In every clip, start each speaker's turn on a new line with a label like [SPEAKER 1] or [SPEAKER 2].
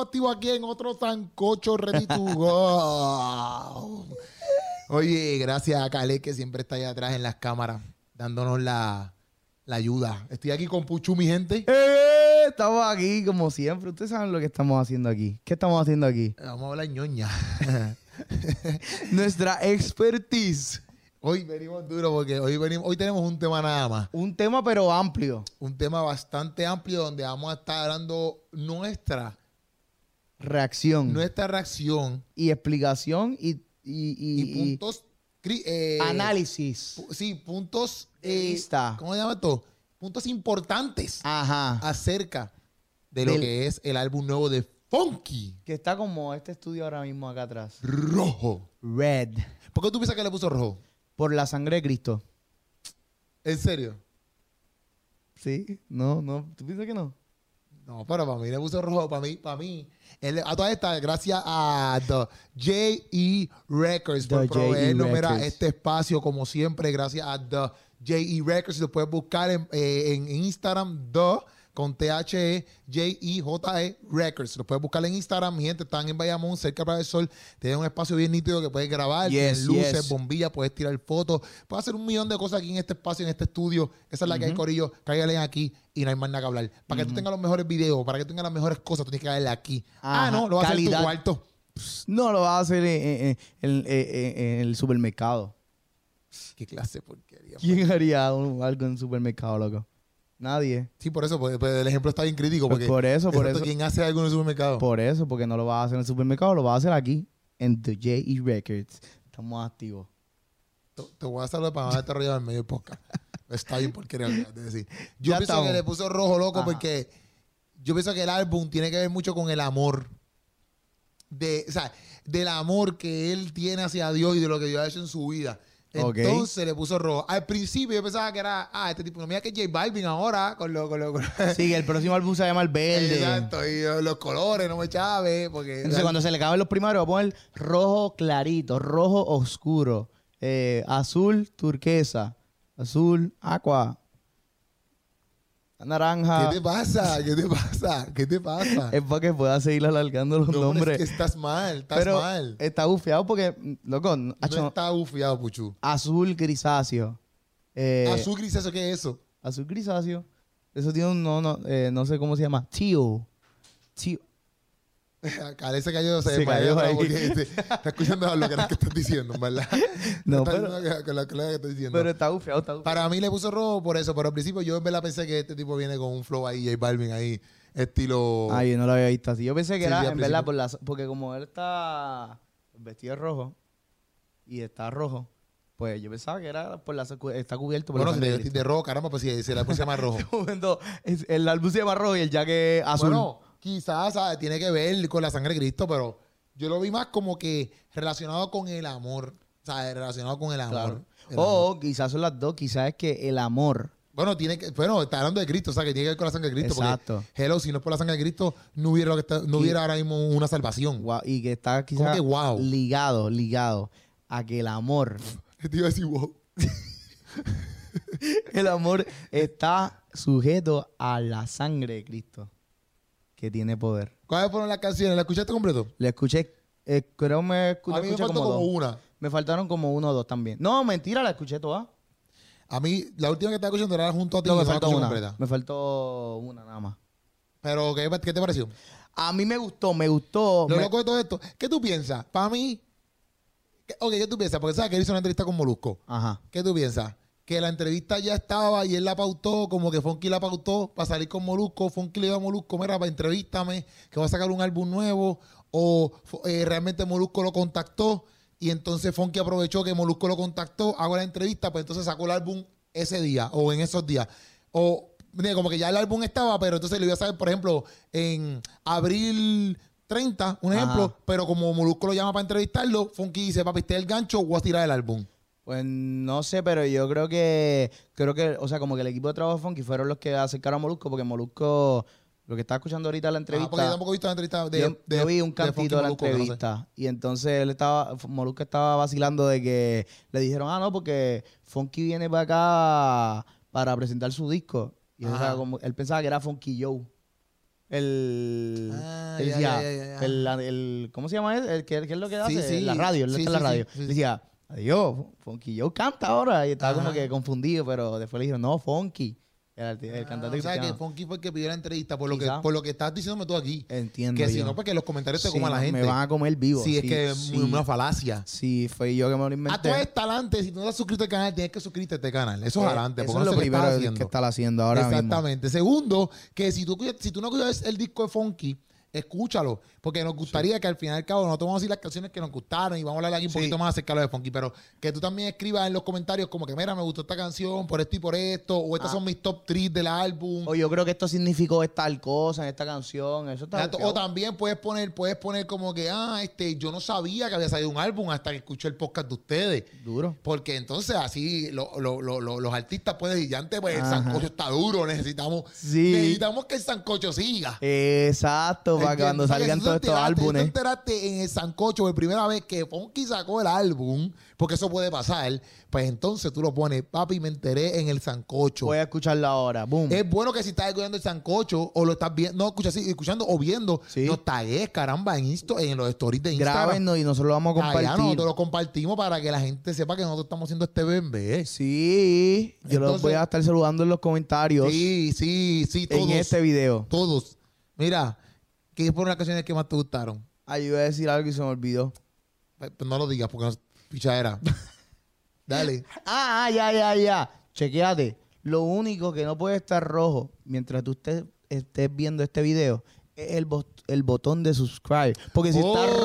[SPEAKER 1] activo aquí en otro sancocho ready to go. Oye, gracias a Kale que siempre está allá atrás en las cámaras dándonos la, la ayuda. Estoy aquí con Puchu, mi gente.
[SPEAKER 2] ¡Eh! Estamos aquí como siempre. Ustedes saben lo que estamos haciendo aquí. ¿Qué estamos haciendo aquí?
[SPEAKER 1] Vamos a hablar ñoña.
[SPEAKER 2] Nuestra expertise.
[SPEAKER 1] Hoy venimos duro porque hoy venimos, hoy tenemos un tema nada más.
[SPEAKER 2] Un tema pero amplio.
[SPEAKER 1] Un tema bastante amplio donde vamos a estar hablando nuestra,
[SPEAKER 2] Reacción
[SPEAKER 1] nuestra reacción
[SPEAKER 2] y explicación y, y-
[SPEAKER 1] y
[SPEAKER 2] y- y
[SPEAKER 1] puntos. cri- eh,
[SPEAKER 2] análisis.
[SPEAKER 1] pu- Sí, puntos.
[SPEAKER 2] De
[SPEAKER 1] eh,
[SPEAKER 2] vista.
[SPEAKER 1] ¿Cómo se llama esto? Puntos importantes
[SPEAKER 2] Ajá.
[SPEAKER 1] acerca de lo
[SPEAKER 2] Ah. Del-
[SPEAKER 1] que es el álbum nuevo de Funky
[SPEAKER 2] Que está como este estudio ahora mismo acá atrás.
[SPEAKER 1] Rojo.
[SPEAKER 2] Red.
[SPEAKER 1] ¿Por qué tú piensas que le puso rojo?
[SPEAKER 2] Por la sangre de Cristo.
[SPEAKER 1] ¿En serio?
[SPEAKER 2] Sí. No, no. ¿Tú piensas que no?
[SPEAKER 1] No, pero para mí le puso rojo, para mí, para mí. Él- a todas estas, gracias a The J.E. Records por
[SPEAKER 2] The J.E.
[SPEAKER 1] proveernos mira,
[SPEAKER 2] E Records.
[SPEAKER 1] este espacio, como siempre, gracias a The J.E. Records. Lo puedes buscar en, eh, en Instagram, The, con E, T-H-E, J-I-J-E E Records. Lo puedes buscar en Instagram, mi gente, están en Bayamón, cerca de Playa del Sol. Tienen un espacio bien nítido que puedes grabar,
[SPEAKER 2] Yes,
[SPEAKER 1] tienes luces,
[SPEAKER 2] yes.
[SPEAKER 1] bombillas, puedes tirar fotos, puedes hacer un millón de cosas aquí en este espacio, en este estudio. Esa es la que hay, Corillo. Cáigale aquí y no hay más nada que hablar. Para que tú tengas los mejores videos, para que tú tengas las mejores cosas, tú tienes que darle aquí. Ah,
[SPEAKER 2] Ajá,
[SPEAKER 1] no, lo vas a hacer en tu
[SPEAKER 2] calidad.
[SPEAKER 1] cuarto.
[SPEAKER 2] No, lo vas a hacer en, en- en- en- en- en el supermercado.
[SPEAKER 1] Qué clase de porquería.
[SPEAKER 2] ¿Quién haría un- algo en el supermercado, loco? Nadie.
[SPEAKER 1] Sí, por eso, porque- porque el ejemplo está bien crítico.
[SPEAKER 2] Pues
[SPEAKER 1] Porque
[SPEAKER 2] por eso, por
[SPEAKER 1] exacto,
[SPEAKER 2] eso.
[SPEAKER 1] ¿Quién hace algo en el supermercado?
[SPEAKER 2] Por eso, porque no lo vas a hacer en el supermercado, lo vas a hacer aquí, en The J.E. Records. Estamos activos.
[SPEAKER 1] Te, te voy a hacerlo para más desarrollado en medio del podcast. Está bien porquería, es decir. Yo
[SPEAKER 2] Ya
[SPEAKER 1] pienso
[SPEAKER 2] estamos.
[SPEAKER 1] que le puso rojo, loco,
[SPEAKER 2] Ajá.
[SPEAKER 1] porque yo pienso que el álbum tiene que ver mucho con el amor. De, o sea, del amor que él tiene hacia Dios y de lo que Dios ha hecho en su vida.
[SPEAKER 2] Ok.
[SPEAKER 1] Entonces le puso rojo. Al principio yo pensaba que era, ah, este tipo, no mira que es J Balvin ahora, con lo, con lo, con lo-
[SPEAKER 2] Sí, que el próximo álbum se va a llamar Verde.
[SPEAKER 1] Exacto, y yo, los colores, no me chaves, porque...
[SPEAKER 2] Entonces, cuando se le acaben los primeros, va a poner rojo clarito, rojo oscuro, eh, azul turquesa, azul aqua, naranja.
[SPEAKER 1] ¿Qué te pasa? ¿Qué te pasa? ¿Qué te pasa?
[SPEAKER 2] Ah. Es para que pueda seguir alargando los
[SPEAKER 1] No, hombre,
[SPEAKER 2] nombres.
[SPEAKER 1] es que estás mal, estás
[SPEAKER 2] Pero eh,
[SPEAKER 1] mal.
[SPEAKER 2] está bufeado porque, mm, loco, n- hacho,
[SPEAKER 1] No está bufiado, Puchu.
[SPEAKER 2] azul grisáceo. eh, azul.
[SPEAKER 1] Azul grisáceo, ¿qué es eso?
[SPEAKER 2] grisáceo. Eso tiene un no, no, eh, no sé cómo se llama. Tío. Tío.
[SPEAKER 1] Cale se cayó, se,
[SPEAKER 2] Se
[SPEAKER 1] desmayó,
[SPEAKER 2] cayó ahí.
[SPEAKER 1] porque este, está escuchando lo que, que estás diciendo, ¿verdad?
[SPEAKER 2] No,
[SPEAKER 1] Está
[SPEAKER 2] pero-
[SPEAKER 1] diciendo que- que lo que lo que estás diciendo.
[SPEAKER 2] Pero está bufeado, está bufeado.
[SPEAKER 1] Para mí le puso rojo por eso, pero al principio yo en verdad pensé que este tipo viene con un flow ahí, J Balvin ahí, estilo...
[SPEAKER 2] Ay, yo no lo había visto así. Yo pensé que
[SPEAKER 1] Sí,
[SPEAKER 2] era,
[SPEAKER 1] sí, al
[SPEAKER 2] en verdad, por la, porque como él está vestido de rojo y está rojo, pues yo pensaba que era por la cu- está cubierto por
[SPEAKER 1] bueno,
[SPEAKER 2] la
[SPEAKER 1] si
[SPEAKER 2] sangre
[SPEAKER 1] te
[SPEAKER 2] de
[SPEAKER 1] vestís
[SPEAKER 2] Cristo.
[SPEAKER 1] de rojo, caramba, pues si se la puse más rojo.
[SPEAKER 2] De momento, es- el álbum se llama rojo y el jaque azul.
[SPEAKER 1] Bueno, quizás ¿sabes? tiene que ver con la sangre de Cristo, pero yo lo vi más como que relacionado con el amor. O sea, relacionado con el amor.
[SPEAKER 2] claro. Oh.
[SPEAKER 1] El amor.
[SPEAKER 2] O quizás son las dos, quizás es que el amor.
[SPEAKER 1] Bueno, tiene que, bueno, está hablando de Cristo, o sea, que tiene que ver con la sangre de Cristo.
[SPEAKER 2] Exacto.
[SPEAKER 1] Porque, hello, si no es por la sangre de Cristo, no hubiera, lo que está- no
[SPEAKER 2] Y-
[SPEAKER 1] hubiera ahora mismo una salvación.
[SPEAKER 2] Wow, y que está
[SPEAKER 1] ¿Cómo
[SPEAKER 2] quizás
[SPEAKER 1] que wow?
[SPEAKER 2] ligado, ligado a que el amor,
[SPEAKER 1] Te iba a decir, wow.
[SPEAKER 2] el amor está sujeto a la sangre de Cristo, que tiene poder.
[SPEAKER 1] ¿Cuáles fueron las canciones? ¿La escuchaste completo?
[SPEAKER 2] Le escuché, eh, creo me, escu-
[SPEAKER 1] A mí me
[SPEAKER 2] escuché
[SPEAKER 1] faltó
[SPEAKER 2] como,
[SPEAKER 1] como,
[SPEAKER 2] dos.
[SPEAKER 1] una.
[SPEAKER 2] Me faltaron como uno o dos también. No, mentira, la escuché toda.
[SPEAKER 1] A mí, la última que estaba escuchando era junto a ti.
[SPEAKER 2] No,
[SPEAKER 1] y
[SPEAKER 2] me
[SPEAKER 1] no la
[SPEAKER 2] faltó
[SPEAKER 1] escuché
[SPEAKER 2] una.
[SPEAKER 1] completa.
[SPEAKER 2] Me faltó una nada más.
[SPEAKER 1] Pero, ¿qué, qué te pareció?
[SPEAKER 2] A mí me gustó, me gustó.
[SPEAKER 1] Lo
[SPEAKER 2] me-
[SPEAKER 1] loco de todo esto, ¿qué tú piensas? Para mí, ¿qué- ok, ¿qué tú piensas? Porque sabes que él hizo una entrevista con Molusco.
[SPEAKER 2] Ajá.
[SPEAKER 1] ¿Qué tú piensas? Que la entrevista ya estaba y él la pautó, como que Fonky la pautó para salir con Molusco. Fonky le dio a Molusco, mira, para entrevístame, que va a sacar un álbum nuevo. O fo- eh, realmente Molusco lo contactó y entonces Fonky aprovechó que Molusco lo contactó, hago la entrevista, pues entonces sacó el álbum ese día o en esos días. O mira, como que ya el álbum estaba, pero entonces le iba a sacar, por ejemplo, en abril 30, un
[SPEAKER 2] Ajá.
[SPEAKER 1] ejemplo, pero como Molusco lo llama para entrevistarlo, Fonky dice, papi, este es el gancho, voy a tirar el álbum.
[SPEAKER 2] Pues no sé, pero yo creo que, creo que, o sea, como que el equipo de trabajo Funky fueron los que acercaron a Molusco, porque Molusco, lo que está escuchando ahorita en la
[SPEAKER 1] Ah, porque yo
[SPEAKER 2] entrevista,
[SPEAKER 1] tampoco he visto la entrevista de,
[SPEAKER 2] yo,
[SPEAKER 1] de-
[SPEAKER 2] yo vi
[SPEAKER 1] de
[SPEAKER 2] un
[SPEAKER 1] Funky
[SPEAKER 2] cantito de la
[SPEAKER 1] Molusco, que no sé.
[SPEAKER 2] entrevista, y entonces él estaba, Molusco estaba vacilando de que le dijeron, ah, no, porque Funky viene para acá para presentar su disco, y él,
[SPEAKER 1] Ajá.
[SPEAKER 2] estaba como- él pensaba que era Funky Joe, El.
[SPEAKER 1] Ah,
[SPEAKER 2] él
[SPEAKER 1] ya,
[SPEAKER 2] decía,
[SPEAKER 1] ya, ya, ya.
[SPEAKER 2] El, el- ¿Cómo se llama él? El, que, que es lo que
[SPEAKER 1] Sí,
[SPEAKER 2] hace?
[SPEAKER 1] sí.
[SPEAKER 2] La radio, él
[SPEAKER 1] Sí,
[SPEAKER 2] está en
[SPEAKER 1] sí,
[SPEAKER 2] la
[SPEAKER 1] sí,
[SPEAKER 2] radio.
[SPEAKER 1] sí, sí.
[SPEAKER 2] Decía, adiós, Funky Joe canta ahora. Y estaba
[SPEAKER 1] Ajá.
[SPEAKER 2] como que confundido, pero después le dijeron, no, Funky. El, arti- el
[SPEAKER 1] Ah,
[SPEAKER 2] cantante
[SPEAKER 1] o sea, que
[SPEAKER 2] cristiano.
[SPEAKER 1] Funky fue el que pidió la entrevista, por lo, que,
[SPEAKER 2] Quizá.
[SPEAKER 1] por lo que estás diciéndome tú aquí.
[SPEAKER 2] Entiendo.
[SPEAKER 1] Que si
[SPEAKER 2] yo.
[SPEAKER 1] no, porque los comentarios te
[SPEAKER 2] Sí,
[SPEAKER 1] coman la
[SPEAKER 2] no,
[SPEAKER 1] gente.
[SPEAKER 2] Me van a comer vivo.
[SPEAKER 1] sí, es que es
[SPEAKER 2] sí.
[SPEAKER 1] muy- una falacia.
[SPEAKER 2] Sí, fue yo que me lo
[SPEAKER 1] A
[SPEAKER 2] inventé.
[SPEAKER 1] tú eres talante, si tú no te has suscrito al canal, tienes que suscribirte a este canal. Eso es
[SPEAKER 2] Eh,
[SPEAKER 1] adelante,
[SPEAKER 2] eso
[SPEAKER 1] porque
[SPEAKER 2] es
[SPEAKER 1] no sé
[SPEAKER 2] lo
[SPEAKER 1] qué estás
[SPEAKER 2] primero que
[SPEAKER 1] haciendo.
[SPEAKER 2] está haciendo ahora mismo.
[SPEAKER 1] Exactamente. Segundo, que si tú, cuida- si tú no cuidas el disco de Funky, escúchalo, porque nos gustaría que al final y al cabo nosotros vamos a decir las canciones que nos gustaron y vamos a hablar aquí un
[SPEAKER 2] Sí.
[SPEAKER 1] poquito más acerca de lo de Funky, pero que tú también escribas en los comentarios como que, mira, me gustó esta canción por esto y por esto, o estas
[SPEAKER 2] Ah.
[SPEAKER 1] son mis top 3 del álbum.
[SPEAKER 2] O yo creo que esto significó tal cosa en esta canción. Eso está.
[SPEAKER 1] Exacto. O también puedes poner, puedes poner como que, ah, este, yo no sabía que había salido un álbum hasta que escuché el podcast de ustedes.
[SPEAKER 2] Duro.
[SPEAKER 1] Porque entonces así lo- lo- lo- lo- los artistas pueden decir, ya antes pues el
[SPEAKER 2] Ajá.
[SPEAKER 1] sancocho está duro, necesitamos,
[SPEAKER 2] Sí.
[SPEAKER 1] necesitamos que el sancocho siga.
[SPEAKER 2] Exacto, para que
[SPEAKER 1] ¿Entiendes?
[SPEAKER 2] cuando
[SPEAKER 1] O sea, que
[SPEAKER 2] salgan
[SPEAKER 1] si tú
[SPEAKER 2] todos estos
[SPEAKER 1] enteraste- si tú
[SPEAKER 2] álbumes.
[SPEAKER 1] enteraste en el sancocho por primera vez que Funky sacó el álbum, porque eso puede pasar, pues entonces tú lo pones, papi, me enteré en el sancocho.
[SPEAKER 2] Voy a escucharlo ahora. Boom.
[SPEAKER 1] Es bueno que si estás escuchando el sancocho o lo estás viendo, no escuchas, sí, escuchando o viendo,
[SPEAKER 2] Sí.
[SPEAKER 1] nos tagues, caramba, en, Insta- en los stories de Instagram. Ah,
[SPEAKER 2] Grábenlo y nosotros lo vamos a
[SPEAKER 1] Allá
[SPEAKER 2] compartir.
[SPEAKER 1] nosotros lo compartimos para que la gente sepa que nosotros estamos haciendo este BMB.
[SPEAKER 2] Sí, yo los
[SPEAKER 1] Entonces-
[SPEAKER 2] voy a estar saludando en los comentarios
[SPEAKER 1] Sí, sí, sí, todos.
[SPEAKER 2] en este video.
[SPEAKER 1] Todos. Mira, ¿qué fueron las canciones que más te gustaron?
[SPEAKER 2] Ay, yo iba a decir algo y se me olvidó.
[SPEAKER 1] Eh, pues No lo digas porque no es pichadera. Dale.
[SPEAKER 2] Ah, ah, ya, ya, ya. Chequéate. Lo único que no puede estar rojo mientras tú estés, estés viendo este video es el, bot- el botón de subscribe. Porque si está
[SPEAKER 1] Oh,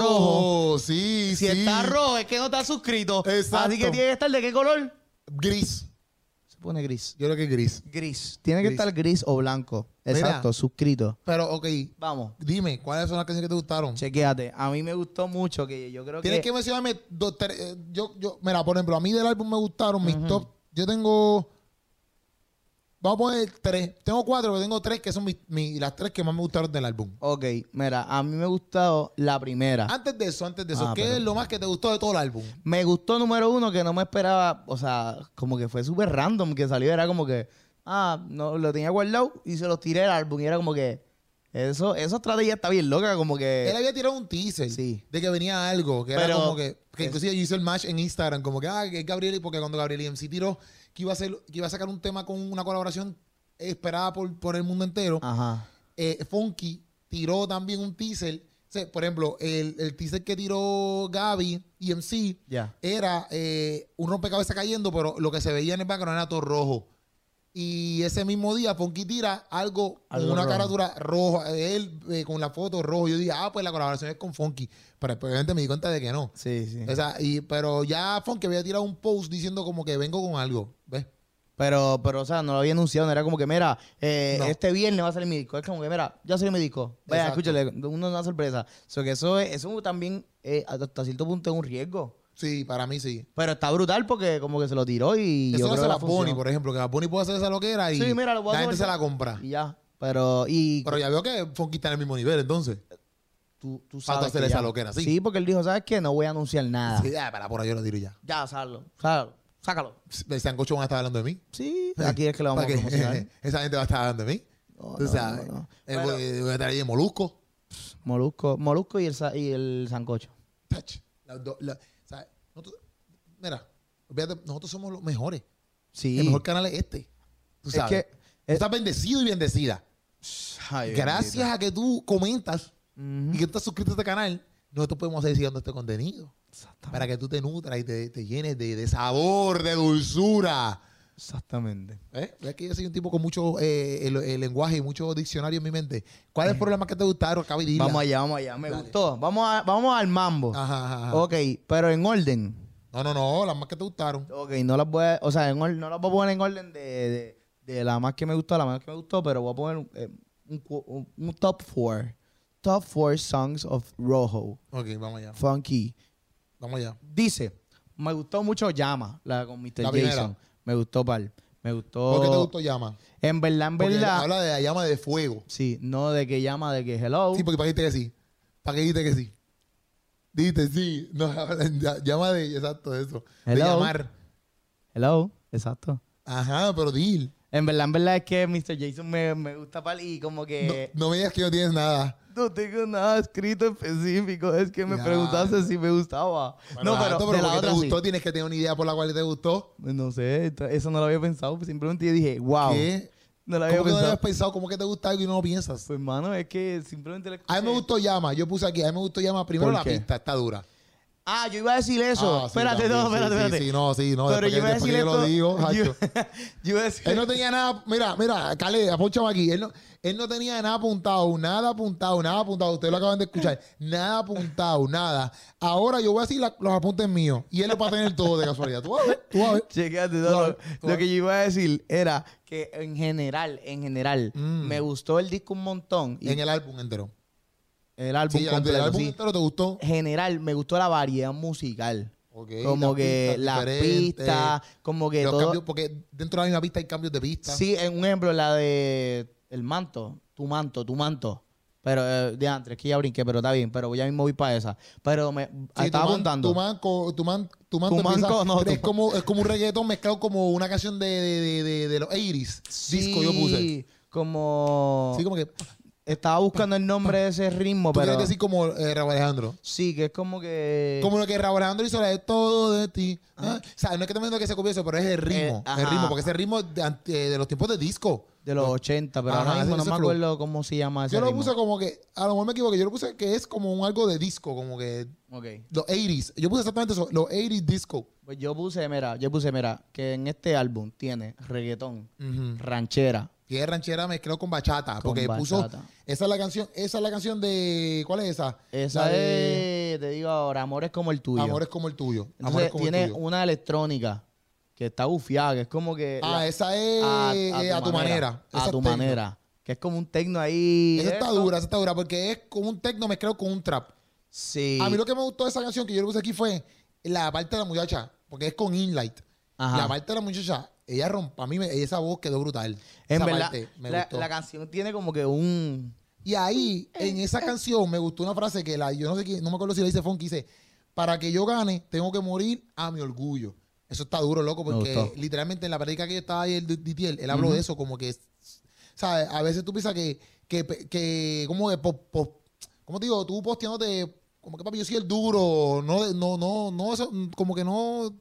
[SPEAKER 2] rojo,
[SPEAKER 1] Sí,
[SPEAKER 2] si
[SPEAKER 1] sí.
[SPEAKER 2] está rojo es que no está suscrito.
[SPEAKER 1] Exacto.
[SPEAKER 2] Así que tiene que estar de qué color?
[SPEAKER 1] Gris.
[SPEAKER 2] Se pone gris.
[SPEAKER 1] Yo creo que es gris.
[SPEAKER 2] Gris. Tiene que
[SPEAKER 1] Gris.
[SPEAKER 2] estar gris o blanco.
[SPEAKER 1] Mira.
[SPEAKER 2] Exacto, suscrito.
[SPEAKER 1] Pero, ok,
[SPEAKER 2] Vamos.
[SPEAKER 1] dime, ¿cuáles son las canciones que te gustaron?
[SPEAKER 2] Chequéate. A mí me gustó mucho que yo creo
[SPEAKER 1] Tienes que mencionarme dos, tres, eh, yo, yo, mira, por ejemplo, a mí del álbum me gustaron mis top. Yo tengo, vamos a poner tres. Tengo cuatro, pero tengo tres que son mis, mis- las tres que más me gustaron del álbum.
[SPEAKER 2] Ok, mira, a mí me gustó la primera.
[SPEAKER 1] Antes de eso, antes de eso,
[SPEAKER 2] Ah,
[SPEAKER 1] ¿qué
[SPEAKER 2] pero-
[SPEAKER 1] es lo más que te gustó de todo el álbum?
[SPEAKER 2] Me gustó número uno que no me esperaba, o sea, como que fue súper random que salió, era como que, ah, no, lo tenía guardado y se los tiré al álbum y era como que, eso, esa estrategia está bien loca, como
[SPEAKER 1] Él
[SPEAKER 2] que...
[SPEAKER 1] había tirado un teaser
[SPEAKER 2] Eh, sí.
[SPEAKER 1] de que venía algo, que era
[SPEAKER 2] Pero-
[SPEAKER 1] como que, que
[SPEAKER 2] es-
[SPEAKER 1] inclusive yo hice el match en Instagram, como que, ah, que Gabriel, porque cuando Gabriel MC tiró que iba a, hacer, que iba a sacar un tema con una colaboración esperada por, por el mundo entero,
[SPEAKER 2] Ajá.
[SPEAKER 1] eh, Funky tiró también un teaser. O sea, por ejemplo, el, el teaser que tiró Gaby y MC
[SPEAKER 2] Ya.
[SPEAKER 1] era eh, un rompecabezas cayendo, pero lo que se veía en el background era todo rojo. Y ese mismo día, Funky tira algo, con
[SPEAKER 2] Algo
[SPEAKER 1] una
[SPEAKER 2] rojo.
[SPEAKER 1] caratura roja, de él eh, con la foto rojo. Yo dije, ah, pues la colaboración es con Funky. Pero después, obviamente me di cuenta de que no.
[SPEAKER 2] Sí, sí.
[SPEAKER 1] O sea, y, pero ya Funky había tirado un post diciendo como que vengo con algo. ¿Ves?
[SPEAKER 2] Pero, pero, o sea, no lo había anunciado, no era como que, mira, eh,
[SPEAKER 1] No.
[SPEAKER 2] este viernes va a salir mi disco. Es como que, mira, ya salió mi disco. Vaya,
[SPEAKER 1] Exacto.
[SPEAKER 2] escúchale, una, una sorpresa. So que eso, es- eso también, eh, hasta cierto punto, es un riesgo.
[SPEAKER 1] Sí, para mí sí.
[SPEAKER 2] Pero está brutal porque como que se lo tiró y
[SPEAKER 1] Eso
[SPEAKER 2] yo
[SPEAKER 1] lo
[SPEAKER 2] creo
[SPEAKER 1] hace
[SPEAKER 2] que
[SPEAKER 1] la
[SPEAKER 2] funcionó.
[SPEAKER 1] Bonnie, por ejemplo, que la Bonnie puede hacer esa loquera y
[SPEAKER 2] Sí, mira, lo voy a
[SPEAKER 1] la gente se
[SPEAKER 2] hacer.
[SPEAKER 1] la compra.
[SPEAKER 2] Y ya. Pero, y
[SPEAKER 1] Pero ya veo que Funky está en el mismo nivel, entonces.
[SPEAKER 2] tú, tú
[SPEAKER 1] Falta
[SPEAKER 2] sabes
[SPEAKER 1] hacer
[SPEAKER 2] que
[SPEAKER 1] esa
[SPEAKER 2] ya-
[SPEAKER 1] loquera, sí.
[SPEAKER 2] Sí, porque él dijo, ¿sabes qué? No voy a anunciar nada.
[SPEAKER 1] Sí, ya, para por ahí yo lo tiro ya.
[SPEAKER 2] Ya, sácalo, sácalo, sácalo.
[SPEAKER 1] El sancocho van a estar hablando de mí.
[SPEAKER 2] Sí, aquí es que lo vamos
[SPEAKER 1] ¿Para
[SPEAKER 2] a
[SPEAKER 1] qué?
[SPEAKER 2] promocionar.
[SPEAKER 1] Esa gente va a estar hablando de mí.
[SPEAKER 2] No,
[SPEAKER 1] Tú
[SPEAKER 2] no,
[SPEAKER 1] sabes.
[SPEAKER 2] no, no.
[SPEAKER 1] Eh,
[SPEAKER 2] Pero-
[SPEAKER 1] voy- voy a traer el molusco.
[SPEAKER 2] Molusco, Molusco y el, sa- y el sancocho.
[SPEAKER 1] Tach. Las dos- la- ¿sabes? Nosotros- mira, olvídate, nosotros somos los mejores.
[SPEAKER 2] Sí.
[SPEAKER 1] El mejor canal es este. Tú
[SPEAKER 2] Es
[SPEAKER 1] sabes.
[SPEAKER 2] que-
[SPEAKER 1] Tú
[SPEAKER 2] es-
[SPEAKER 1] estás bendecido y bendecida.
[SPEAKER 2] Ay,
[SPEAKER 1] Gracias
[SPEAKER 2] bendito.
[SPEAKER 1] a que tú comentas
[SPEAKER 2] Ujú.
[SPEAKER 1] y que estás suscrito a este canal, nosotros podemos seguir siguiendo este contenido.
[SPEAKER 2] Exactamente.
[SPEAKER 1] Para que tú te nutras y te, te llenes de, de sabor, de dulzura.
[SPEAKER 2] Exactamente.
[SPEAKER 1] ¿Eh? Es que yo soy un tipo con mucho eh, el, el lenguaje y mucho diccionario en mi mente. ¿Cuál es el problema que te gustaron? Acaba de decirla.
[SPEAKER 2] Eh. Vamos allá, vamos allá. Me gustó. Vamos, a- vamos al mambo.
[SPEAKER 1] Ajá, ajá, ajá.
[SPEAKER 2] Ok, pero en orden.
[SPEAKER 1] No, no, no, las más que te gustaron.
[SPEAKER 2] Ok, no las voy a, o sea, en or- no las voy a poner en orden de, de- de la más que me gustó a la menos que me gustó, pero voy a poner eh, un, cu- un- un top four. Top four songs of Rojo.
[SPEAKER 1] Ok, vamos allá.
[SPEAKER 2] Funky.
[SPEAKER 1] Vamos allá.
[SPEAKER 2] Dice, me gustó mucho Llama, la con Mr.
[SPEAKER 1] La primera.
[SPEAKER 2] Jason. Me gustó pal. Me gustó.
[SPEAKER 1] ¿Por qué te gustó llama?
[SPEAKER 2] En verdad, en
[SPEAKER 1] Porque
[SPEAKER 2] Oh. verdad.
[SPEAKER 1] habla de la llama de fuego.
[SPEAKER 2] Sí, no de que llama, de que hello.
[SPEAKER 1] Sí, porque para qué dijiste que sí. ¿Para qué dijiste que sí? Dijiste sí. No, ya- llama de, exacto, de eso. De
[SPEAKER 2] Hello.
[SPEAKER 1] llamar.
[SPEAKER 2] Hello. Exacto.
[SPEAKER 1] Ajá, pero dil.
[SPEAKER 2] En verdad, en verdad es que Mr. Jason me, me gusta pal y como que...
[SPEAKER 1] No, no me digas que no tienes nada.
[SPEAKER 2] No, tengo nada escrito específico. Es que me
[SPEAKER 1] Ya.
[SPEAKER 2] preguntaste si me gustaba. no, pero,
[SPEAKER 1] Exacto,
[SPEAKER 2] de la
[SPEAKER 1] porque
[SPEAKER 2] otra
[SPEAKER 1] te gustó,
[SPEAKER 2] sí.
[SPEAKER 1] tienes que tener una idea por la cual te gustó.
[SPEAKER 2] No sé, t- eso no lo había pensado. Simplemente yo dije, wow.
[SPEAKER 1] ¿Qué?
[SPEAKER 2] No
[SPEAKER 1] ¿Cómo
[SPEAKER 2] lo
[SPEAKER 1] que
[SPEAKER 2] había
[SPEAKER 1] no lo
[SPEAKER 2] pensado.
[SPEAKER 1] habías pensado? ¿Cómo que te gusta algo y no lo piensas?
[SPEAKER 2] Pues, mano, es que simplemente... le-
[SPEAKER 1] A mí me gustó llama. Yo puse aquí, a mí me gustó llama. Primero
[SPEAKER 2] Eh. ¿Por
[SPEAKER 1] la
[SPEAKER 2] qué?
[SPEAKER 1] pista, está dura.
[SPEAKER 2] Ah, yo iba a decir eso.
[SPEAKER 1] Ah, sí,
[SPEAKER 2] espérate,
[SPEAKER 1] también,
[SPEAKER 2] no,
[SPEAKER 1] sí,
[SPEAKER 2] espérate,
[SPEAKER 1] sí,
[SPEAKER 2] espérate.
[SPEAKER 1] Sí, no, sí, no. después
[SPEAKER 2] pero yo
[SPEAKER 1] que-
[SPEAKER 2] iba a
[SPEAKER 1] después
[SPEAKER 2] decir
[SPEAKER 1] que yo
[SPEAKER 2] esto...
[SPEAKER 1] lo digo,
[SPEAKER 2] yo,
[SPEAKER 1] Hacho.
[SPEAKER 2] yo iba a decir...
[SPEAKER 1] Él no tenía nada, mira, mira, Cale, apóchame aquí. Él no, él no tenía nada apuntado, nada apuntado, nada apuntado. Ustedes lo acaban de escuchar. Nada apuntado, nada. Ahora yo voy a decir la- los apuntes míos. Y él lo va a tener todo de casualidad. Tú vas a ver, tú vas a ver.
[SPEAKER 2] Chequéate, no,
[SPEAKER 1] Claro,
[SPEAKER 2] lo,
[SPEAKER 1] claro.
[SPEAKER 2] lo que yo iba a decir era que en general, en general,
[SPEAKER 1] Mm.
[SPEAKER 2] me gustó el disco un montón. Y
[SPEAKER 1] En el álbum entero.
[SPEAKER 2] el álbum
[SPEAKER 1] Sí, el,
[SPEAKER 2] completo,
[SPEAKER 1] álbum
[SPEAKER 2] sí.
[SPEAKER 1] entero te gustó.
[SPEAKER 2] General, me gustó la variedad musical.
[SPEAKER 1] Ok, las
[SPEAKER 2] como que
[SPEAKER 1] pistas
[SPEAKER 2] la
[SPEAKER 1] diferentes,
[SPEAKER 2] pista, como que
[SPEAKER 1] los
[SPEAKER 2] todo.
[SPEAKER 1] cambios, porque dentro de la misma pista hay cambios de pista.
[SPEAKER 2] Sí, en un ejemplo, la de El Manto, Tu Manto, Tu Manto. Pero eh, de antes, que ya brinqué, pero está bien, pero ya mismo voy para esa. Pero me ah,
[SPEAKER 1] Sí,
[SPEAKER 2] estaba
[SPEAKER 1] tu man-
[SPEAKER 2] apuntando.
[SPEAKER 1] Tu manco, tu man, tu manco
[SPEAKER 2] Tu
[SPEAKER 1] empieza-
[SPEAKER 2] manco, no,
[SPEAKER 1] es,
[SPEAKER 2] tu-
[SPEAKER 1] como, es como un reggaetón mezclado como una canción de, de, de, de, de los 80s. Disco yo puse.
[SPEAKER 2] Sí, Como.
[SPEAKER 1] Sí, como que.
[SPEAKER 2] Estaba buscando el nombre de ese ritmo,
[SPEAKER 1] Tú
[SPEAKER 2] pero.
[SPEAKER 1] quieres decir como eh, Raúl Alejandro.
[SPEAKER 2] Sí, que es como que.
[SPEAKER 1] Como lo que Raúl Alejandro hizo la de todo de ti. Ah, O sea, no es que te metiendo que se copió eso, pero es el ritmo.
[SPEAKER 2] Eh,
[SPEAKER 1] el
[SPEAKER 2] ajá.
[SPEAKER 1] ritmo, porque ese ritmo de, ant- eh, de los tiempos de disco.
[SPEAKER 2] De los 80, pero
[SPEAKER 1] Ajá,
[SPEAKER 2] ahora mismo
[SPEAKER 1] ese-
[SPEAKER 2] no
[SPEAKER 1] ese
[SPEAKER 2] me
[SPEAKER 1] flow.
[SPEAKER 2] acuerdo cómo se llama ese
[SPEAKER 1] Yo lo
[SPEAKER 2] ritmo.
[SPEAKER 1] puse como que, a lo mejor me equivoqué, yo lo puse que es como un algo de disco, como que
[SPEAKER 2] Ok.
[SPEAKER 1] los 80s. Yo puse exactamente eso, los 80s disco.
[SPEAKER 2] Pues yo puse, mira, yo puse, mira, que en este álbum tiene reggaetón,
[SPEAKER 1] Ujú.
[SPEAKER 2] ranchera.
[SPEAKER 1] Que es ranchera mezclado con bachata.
[SPEAKER 2] Con
[SPEAKER 1] porque puso.
[SPEAKER 2] bachata.
[SPEAKER 1] Esa es la canción. Esa es la canción de. ¿Cuál es esa?
[SPEAKER 2] Esa
[SPEAKER 1] La de
[SPEAKER 2] es, te digo ahora, Amores como el tuyo.
[SPEAKER 1] Amores como el tuyo. Amores
[SPEAKER 2] Entonces
[SPEAKER 1] como
[SPEAKER 2] tiene
[SPEAKER 1] el tuyo.
[SPEAKER 2] una electrónica que está bufiada, que es como que...
[SPEAKER 1] Ah,
[SPEAKER 2] la-
[SPEAKER 1] esa es eh,
[SPEAKER 2] a-
[SPEAKER 1] a, tu manera. Esa
[SPEAKER 2] A
[SPEAKER 1] es
[SPEAKER 2] tu
[SPEAKER 1] tecno.
[SPEAKER 2] manera. Que es como un tecno ahí.
[SPEAKER 1] Esa está
[SPEAKER 2] esto.
[SPEAKER 1] dura, esa está dura. Porque es como un tecno mezclado con un trap.
[SPEAKER 2] Sí.
[SPEAKER 1] A mí lo que me gustó de esa canción que yo le puse aquí fue la parte de la muchacha. Porque es con Inlight.
[SPEAKER 2] Ajá.
[SPEAKER 1] La parte de la muchacha. Ella rompa. A mí me- esa voz quedó brutal.
[SPEAKER 2] en
[SPEAKER 1] esa
[SPEAKER 2] verdad,
[SPEAKER 1] parte me
[SPEAKER 2] la,
[SPEAKER 1] gustó.
[SPEAKER 2] la canción tiene como que un...
[SPEAKER 1] Y ahí, en esa canción, me gustó una frase que la, yo no sé quién, no me acuerdo si la dice Funky, dice, para que yo gane, tengo que morir a mi orgullo. Eso está duro, loco,
[SPEAKER 2] Me
[SPEAKER 1] porque
[SPEAKER 2] gustó.
[SPEAKER 1] literalmente en la práctica que yo estaba ayer, de- Ditiel, él habló de eso, como que, ¿sabes? A veces tú piensas que, que, que como que, po- po- ¿cómo te digo? Tú posteándote, como que papi, yo soy el duro, no, no, no, no, eso, como que no,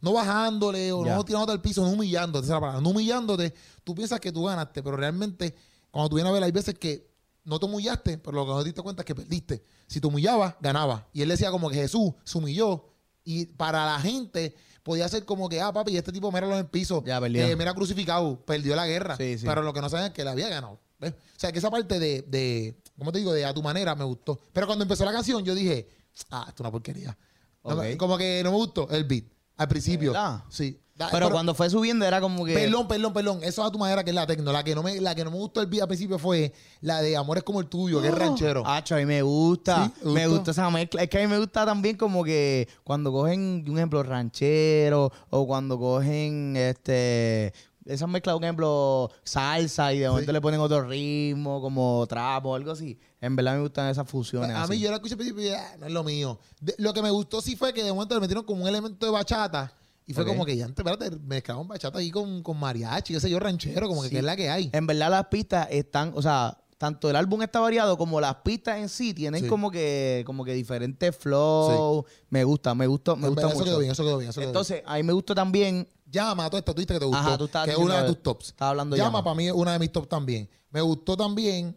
[SPEAKER 1] no bajándole o
[SPEAKER 2] Ya.
[SPEAKER 1] no tirándote al piso, no humillándote, esa es la palabra, no humillándote, tú piensas que tú ganaste, pero realmente cuando tú vienes a ver hay veces que no te humillaste, pero lo que no te diste cuenta es que perdiste. Si te humillabas, ganabas. Y él decía como que Jesús se humilló y para la gente podía ser como que, ah, papi, este tipo míralo en el piso,
[SPEAKER 2] Ya, perdió.
[SPEAKER 1] eh, mira crucificado, perdió la guerra,
[SPEAKER 2] Sí, sí.
[SPEAKER 1] pero lo que no saben es que la había ganado. ¿ves? O sea, que esa parte de, de, ¿cómo te digo? De a tu manera me gustó. Pero cuando empezó la canción yo dije, ah, esto es una porquería. No me-
[SPEAKER 2] Ok.
[SPEAKER 1] como que no me gustó el beat al principio.
[SPEAKER 2] ¿Verdad?
[SPEAKER 1] Sí. Da-
[SPEAKER 2] Pero, cuando fue subiendo era como que...
[SPEAKER 1] Perdón, perdón, perdón. Eso es a tu manera que es la tecno. La que no me, la que no me gustó el beat al principio fue la de Amores como el tuyo,
[SPEAKER 2] Ah.
[SPEAKER 1] que es ranchero.
[SPEAKER 2] Acho, a mí me gusta.
[SPEAKER 1] Sí, ¿te
[SPEAKER 2] Me
[SPEAKER 1] gustó?
[SPEAKER 2] gusta esa mezcla. Es que a mí me gusta también como que cuando cogen, un ejemplo, ranchero o cuando cogen este. Esas mezclas, un ejemplo, salsa y de momento le ponen otro ritmo, como trapo o algo así. En verdad me gustan esas fusiones.
[SPEAKER 1] a
[SPEAKER 2] así.
[SPEAKER 1] mí yo la escuché al principio y dije, ah, no es lo mío. De- lo que me gustó sí fue que de momento le metieron como un elemento de bachata. Y fue
[SPEAKER 2] Ok.
[SPEAKER 1] como que ya antes, espérate, mezclaban bachata ahí con, con mariachi, qué sé yo, ranchero, como que,
[SPEAKER 2] Sí.
[SPEAKER 1] que es la que hay.
[SPEAKER 2] En verdad las pistas están, o sea, tanto el álbum está variado como las pistas en sí tienen
[SPEAKER 1] Sí.
[SPEAKER 2] como que como que diferentes flow. Me gusta, me gustó,
[SPEAKER 1] En
[SPEAKER 2] me gusta
[SPEAKER 1] verdad, eso
[SPEAKER 2] mucho.
[SPEAKER 1] quedó bien, eso quedó bien. Eso quedó bien.
[SPEAKER 2] Entonces, a mí me gustó también
[SPEAKER 1] Llama, todo esto, tú dijiste que te gustó.
[SPEAKER 2] Ajá, tú estabas
[SPEAKER 1] que es
[SPEAKER 2] diciendo
[SPEAKER 1] una de
[SPEAKER 2] de-
[SPEAKER 1] tus tops.
[SPEAKER 2] estaba hablando de
[SPEAKER 1] llama,
[SPEAKER 2] Llama.
[SPEAKER 1] para mí es una de mis tops también. Me gustó también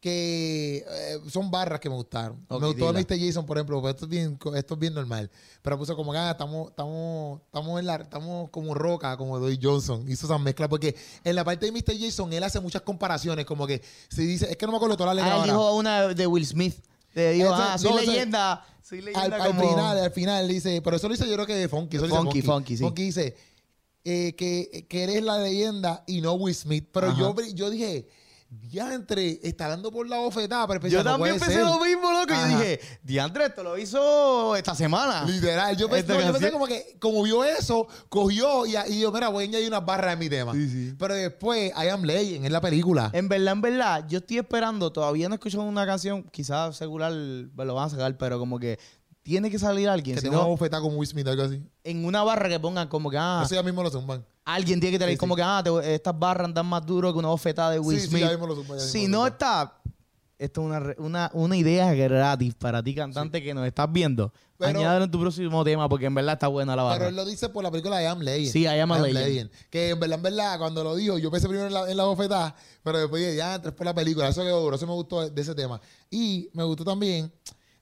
[SPEAKER 1] que eh, son barras que me gustaron.
[SPEAKER 2] Ok,
[SPEAKER 1] me gustó
[SPEAKER 2] dila.
[SPEAKER 1] Mr. Jason, por ejemplo, pero esto es bien, co- esto es bien normal. Pero puso como que ah, estamos, estamos, estamos en la, estamos como roca, como Doy Johnson. Hizo esa mezcla porque en la parte de Mr. Jason él hace muchas comparaciones, como que si dice, es que no me acuerdo toda la letra.
[SPEAKER 2] Ah, él
[SPEAKER 1] ahora.
[SPEAKER 2] dijo una de Will Smith. Te dijo,
[SPEAKER 1] Entonces,
[SPEAKER 2] ah, soy
[SPEAKER 1] no, o sea,
[SPEAKER 2] leyenda. Soy leyenda
[SPEAKER 1] al, al
[SPEAKER 2] como...
[SPEAKER 1] final, al final dice, pero eso lo dice yo creo que Funky. Eso lo dice
[SPEAKER 2] Funky, Funky, sí.
[SPEAKER 1] dice eh, que, que eres la leyenda y no Will Smith. Pero
[SPEAKER 2] Ajá.
[SPEAKER 1] yo, yo dije, diantre, está dando por la bofetada. Pero pensé,
[SPEAKER 2] Yo
[SPEAKER 1] no
[SPEAKER 2] también
[SPEAKER 1] puede ser.
[SPEAKER 2] pensé lo mismo, loco.
[SPEAKER 1] Ajá.
[SPEAKER 2] Yo dije, Diandre, esto lo hizo esta semana.
[SPEAKER 1] Literal, yo pensé,
[SPEAKER 2] Esta
[SPEAKER 1] no, yo pensé
[SPEAKER 2] canción-
[SPEAKER 1] como que, como vio eso, cogió y, y yo, mira, voy a añadir unas barras en mi tema.
[SPEAKER 2] Sí, sí.
[SPEAKER 1] Pero después, I Am Legend, es la película.
[SPEAKER 2] En verdad, en verdad, yo estoy esperando, todavía no he escuchado una canción, quizás secular me lo van a sacar, pero como que Tiene que salir alguien.
[SPEAKER 1] Que
[SPEAKER 2] si
[SPEAKER 1] tenga una
[SPEAKER 2] no,
[SPEAKER 1] bofetada con Will Smith o algo así.
[SPEAKER 2] en una barra que pongan como que, ah,
[SPEAKER 1] Eso ya mismo lo zumban.
[SPEAKER 2] alguien tiene que tener
[SPEAKER 1] Sí, sí.
[SPEAKER 2] como que, ah, te- estas barras andan más duro que una bofetada de Will
[SPEAKER 1] Sí, sí,
[SPEAKER 2] Smith.
[SPEAKER 1] ya mismo lo zumban, ya
[SPEAKER 2] si
[SPEAKER 1] mismo lo
[SPEAKER 2] no
[SPEAKER 1] zumban.
[SPEAKER 2] está, esto es una, re- una, una idea gratis para ti, cantante, que nos estás viendo.
[SPEAKER 1] Pero-
[SPEAKER 2] Añádalo en tu próximo tema porque en verdad está buena la barra.
[SPEAKER 1] Pero él lo dice por la película I Am Legend.
[SPEAKER 2] Sí, I Am a Legend.
[SPEAKER 1] Que en verdad, en verdad, cuando lo dijo, yo pensé primero en la, en la bofetada, pero después dije, ya, entré por la película. Eso quedó duro, eso me gustó de ese tema. Y me gustó también,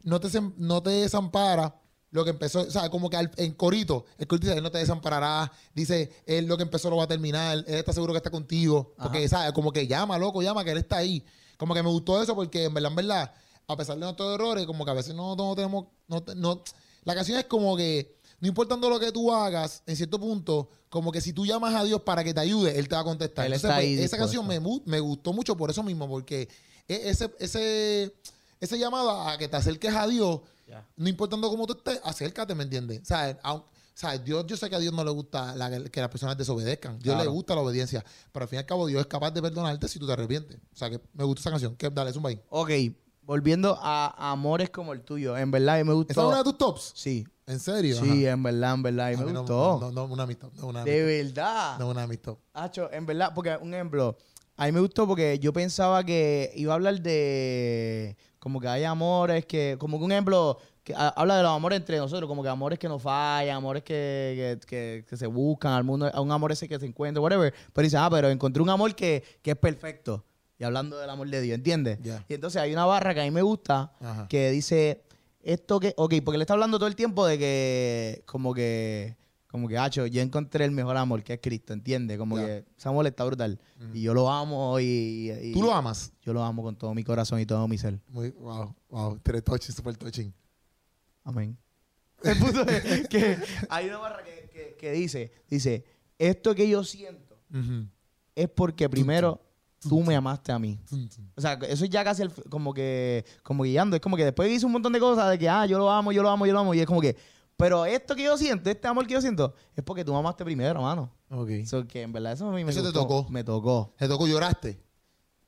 [SPEAKER 1] no te, sem- no te desampara lo que empezó, o sea, como que al- en corito, el corito dice, él no te desamparará, dice, él lo que empezó lo va a terminar, él está seguro que está contigo, porque, ¿sabes? Como que llama, loco, llama, que él está ahí. Como que me gustó eso porque, en verdad, en verdad, a pesar de nuestros errores, como que a veces no, no tenemos, no, te- no- la canción es como que, no importando lo que tú hagas, en cierto punto, como que si tú llamas a Dios para que te ayude, Él te va a contestar.
[SPEAKER 2] Él
[SPEAKER 1] Entonces,
[SPEAKER 2] está
[SPEAKER 1] pues,
[SPEAKER 2] ahí
[SPEAKER 1] esa canción me,
[SPEAKER 2] dispuesto.
[SPEAKER 1] mu- me gustó mucho por eso mismo, porque e- ese, ese, ese llamado a que te acerques a Dios,
[SPEAKER 2] Ya.
[SPEAKER 1] no importando cómo tú estés, acércate, ¿me entiendes? O sea, aun- o sea, Dios, yo sé que a Dios no le gusta la- que las personas desobedezcan. Dios le
[SPEAKER 2] Claro.
[SPEAKER 1] gusta la obediencia. Pero al fin y al cabo, Dios es capaz de perdonarte si tú te arrepientes. O sea, que me gusta esa canción. Que, dale, zumba ahí.
[SPEAKER 2] Ok, volviendo a amores como el tuyo. En verdad, y me gustó.
[SPEAKER 1] ¿Esa es una de tus tops?
[SPEAKER 2] Sí,
[SPEAKER 1] ¿En serio?
[SPEAKER 2] sí,
[SPEAKER 1] Ajá.
[SPEAKER 2] en verdad, en verdad. Y
[SPEAKER 1] A
[SPEAKER 2] me
[SPEAKER 1] mí no-
[SPEAKER 2] gustó.
[SPEAKER 1] No, no, una amistad. No, una
[SPEAKER 2] de
[SPEAKER 1] amistad.
[SPEAKER 2] verdad.
[SPEAKER 1] No, una amistad.
[SPEAKER 2] Hacho, en verdad, porque un ejemplo, a mí me gustó porque yo pensaba que iba a hablar de como que hay amores que, como que un ejemplo, que ha- habla de los amores entre nosotros, como que amores que no fallan, amores que, que, que- que se buscan, al mundo, a un amor ese que se encuentra, whatever. Pero dice, ah, pero encontré un amor que, que es perfecto. Y hablando del amor de Dios, ¿entiendes?
[SPEAKER 1] Ya.
[SPEAKER 2] Y entonces hay una barra que a mí me gusta
[SPEAKER 1] Ajá.
[SPEAKER 2] que dice esto que, ok, porque le está hablando todo el tiempo de que, como que, como que, hacho, yo encontré el mejor amor que es Cristo, ¿entiendes? Como
[SPEAKER 1] Ya.
[SPEAKER 2] que Samuel está brutal y yo lo amo y, y-
[SPEAKER 1] ¿Tú lo amas?
[SPEAKER 2] Yo lo amo con todo mi corazón y todo mi ser.
[SPEAKER 1] Muy, wow, wow. Tres touching, super touching.
[SPEAKER 2] Amén. El punto es que hay una barra que, que- que dice, dice, esto que yo siento
[SPEAKER 1] Ujú.
[SPEAKER 2] es porque primero tú me amaste a mí.
[SPEAKER 1] Tum, tum.
[SPEAKER 2] O sea, eso es ya casi el- como que como guiando. Es como que después hice un montón de cosas de que, ah, yo lo amo, yo lo amo, yo lo amo. Y es como que, pero esto que yo siento, este amor que yo siento, es porque tú me amaste primero, mano.
[SPEAKER 1] Ok.
[SPEAKER 2] Eso que en verdad eso a mí me
[SPEAKER 1] Eso te
[SPEAKER 2] gustó.
[SPEAKER 1] tocó.
[SPEAKER 2] Me tocó.
[SPEAKER 1] ¿Te tocó? ¿Lloraste?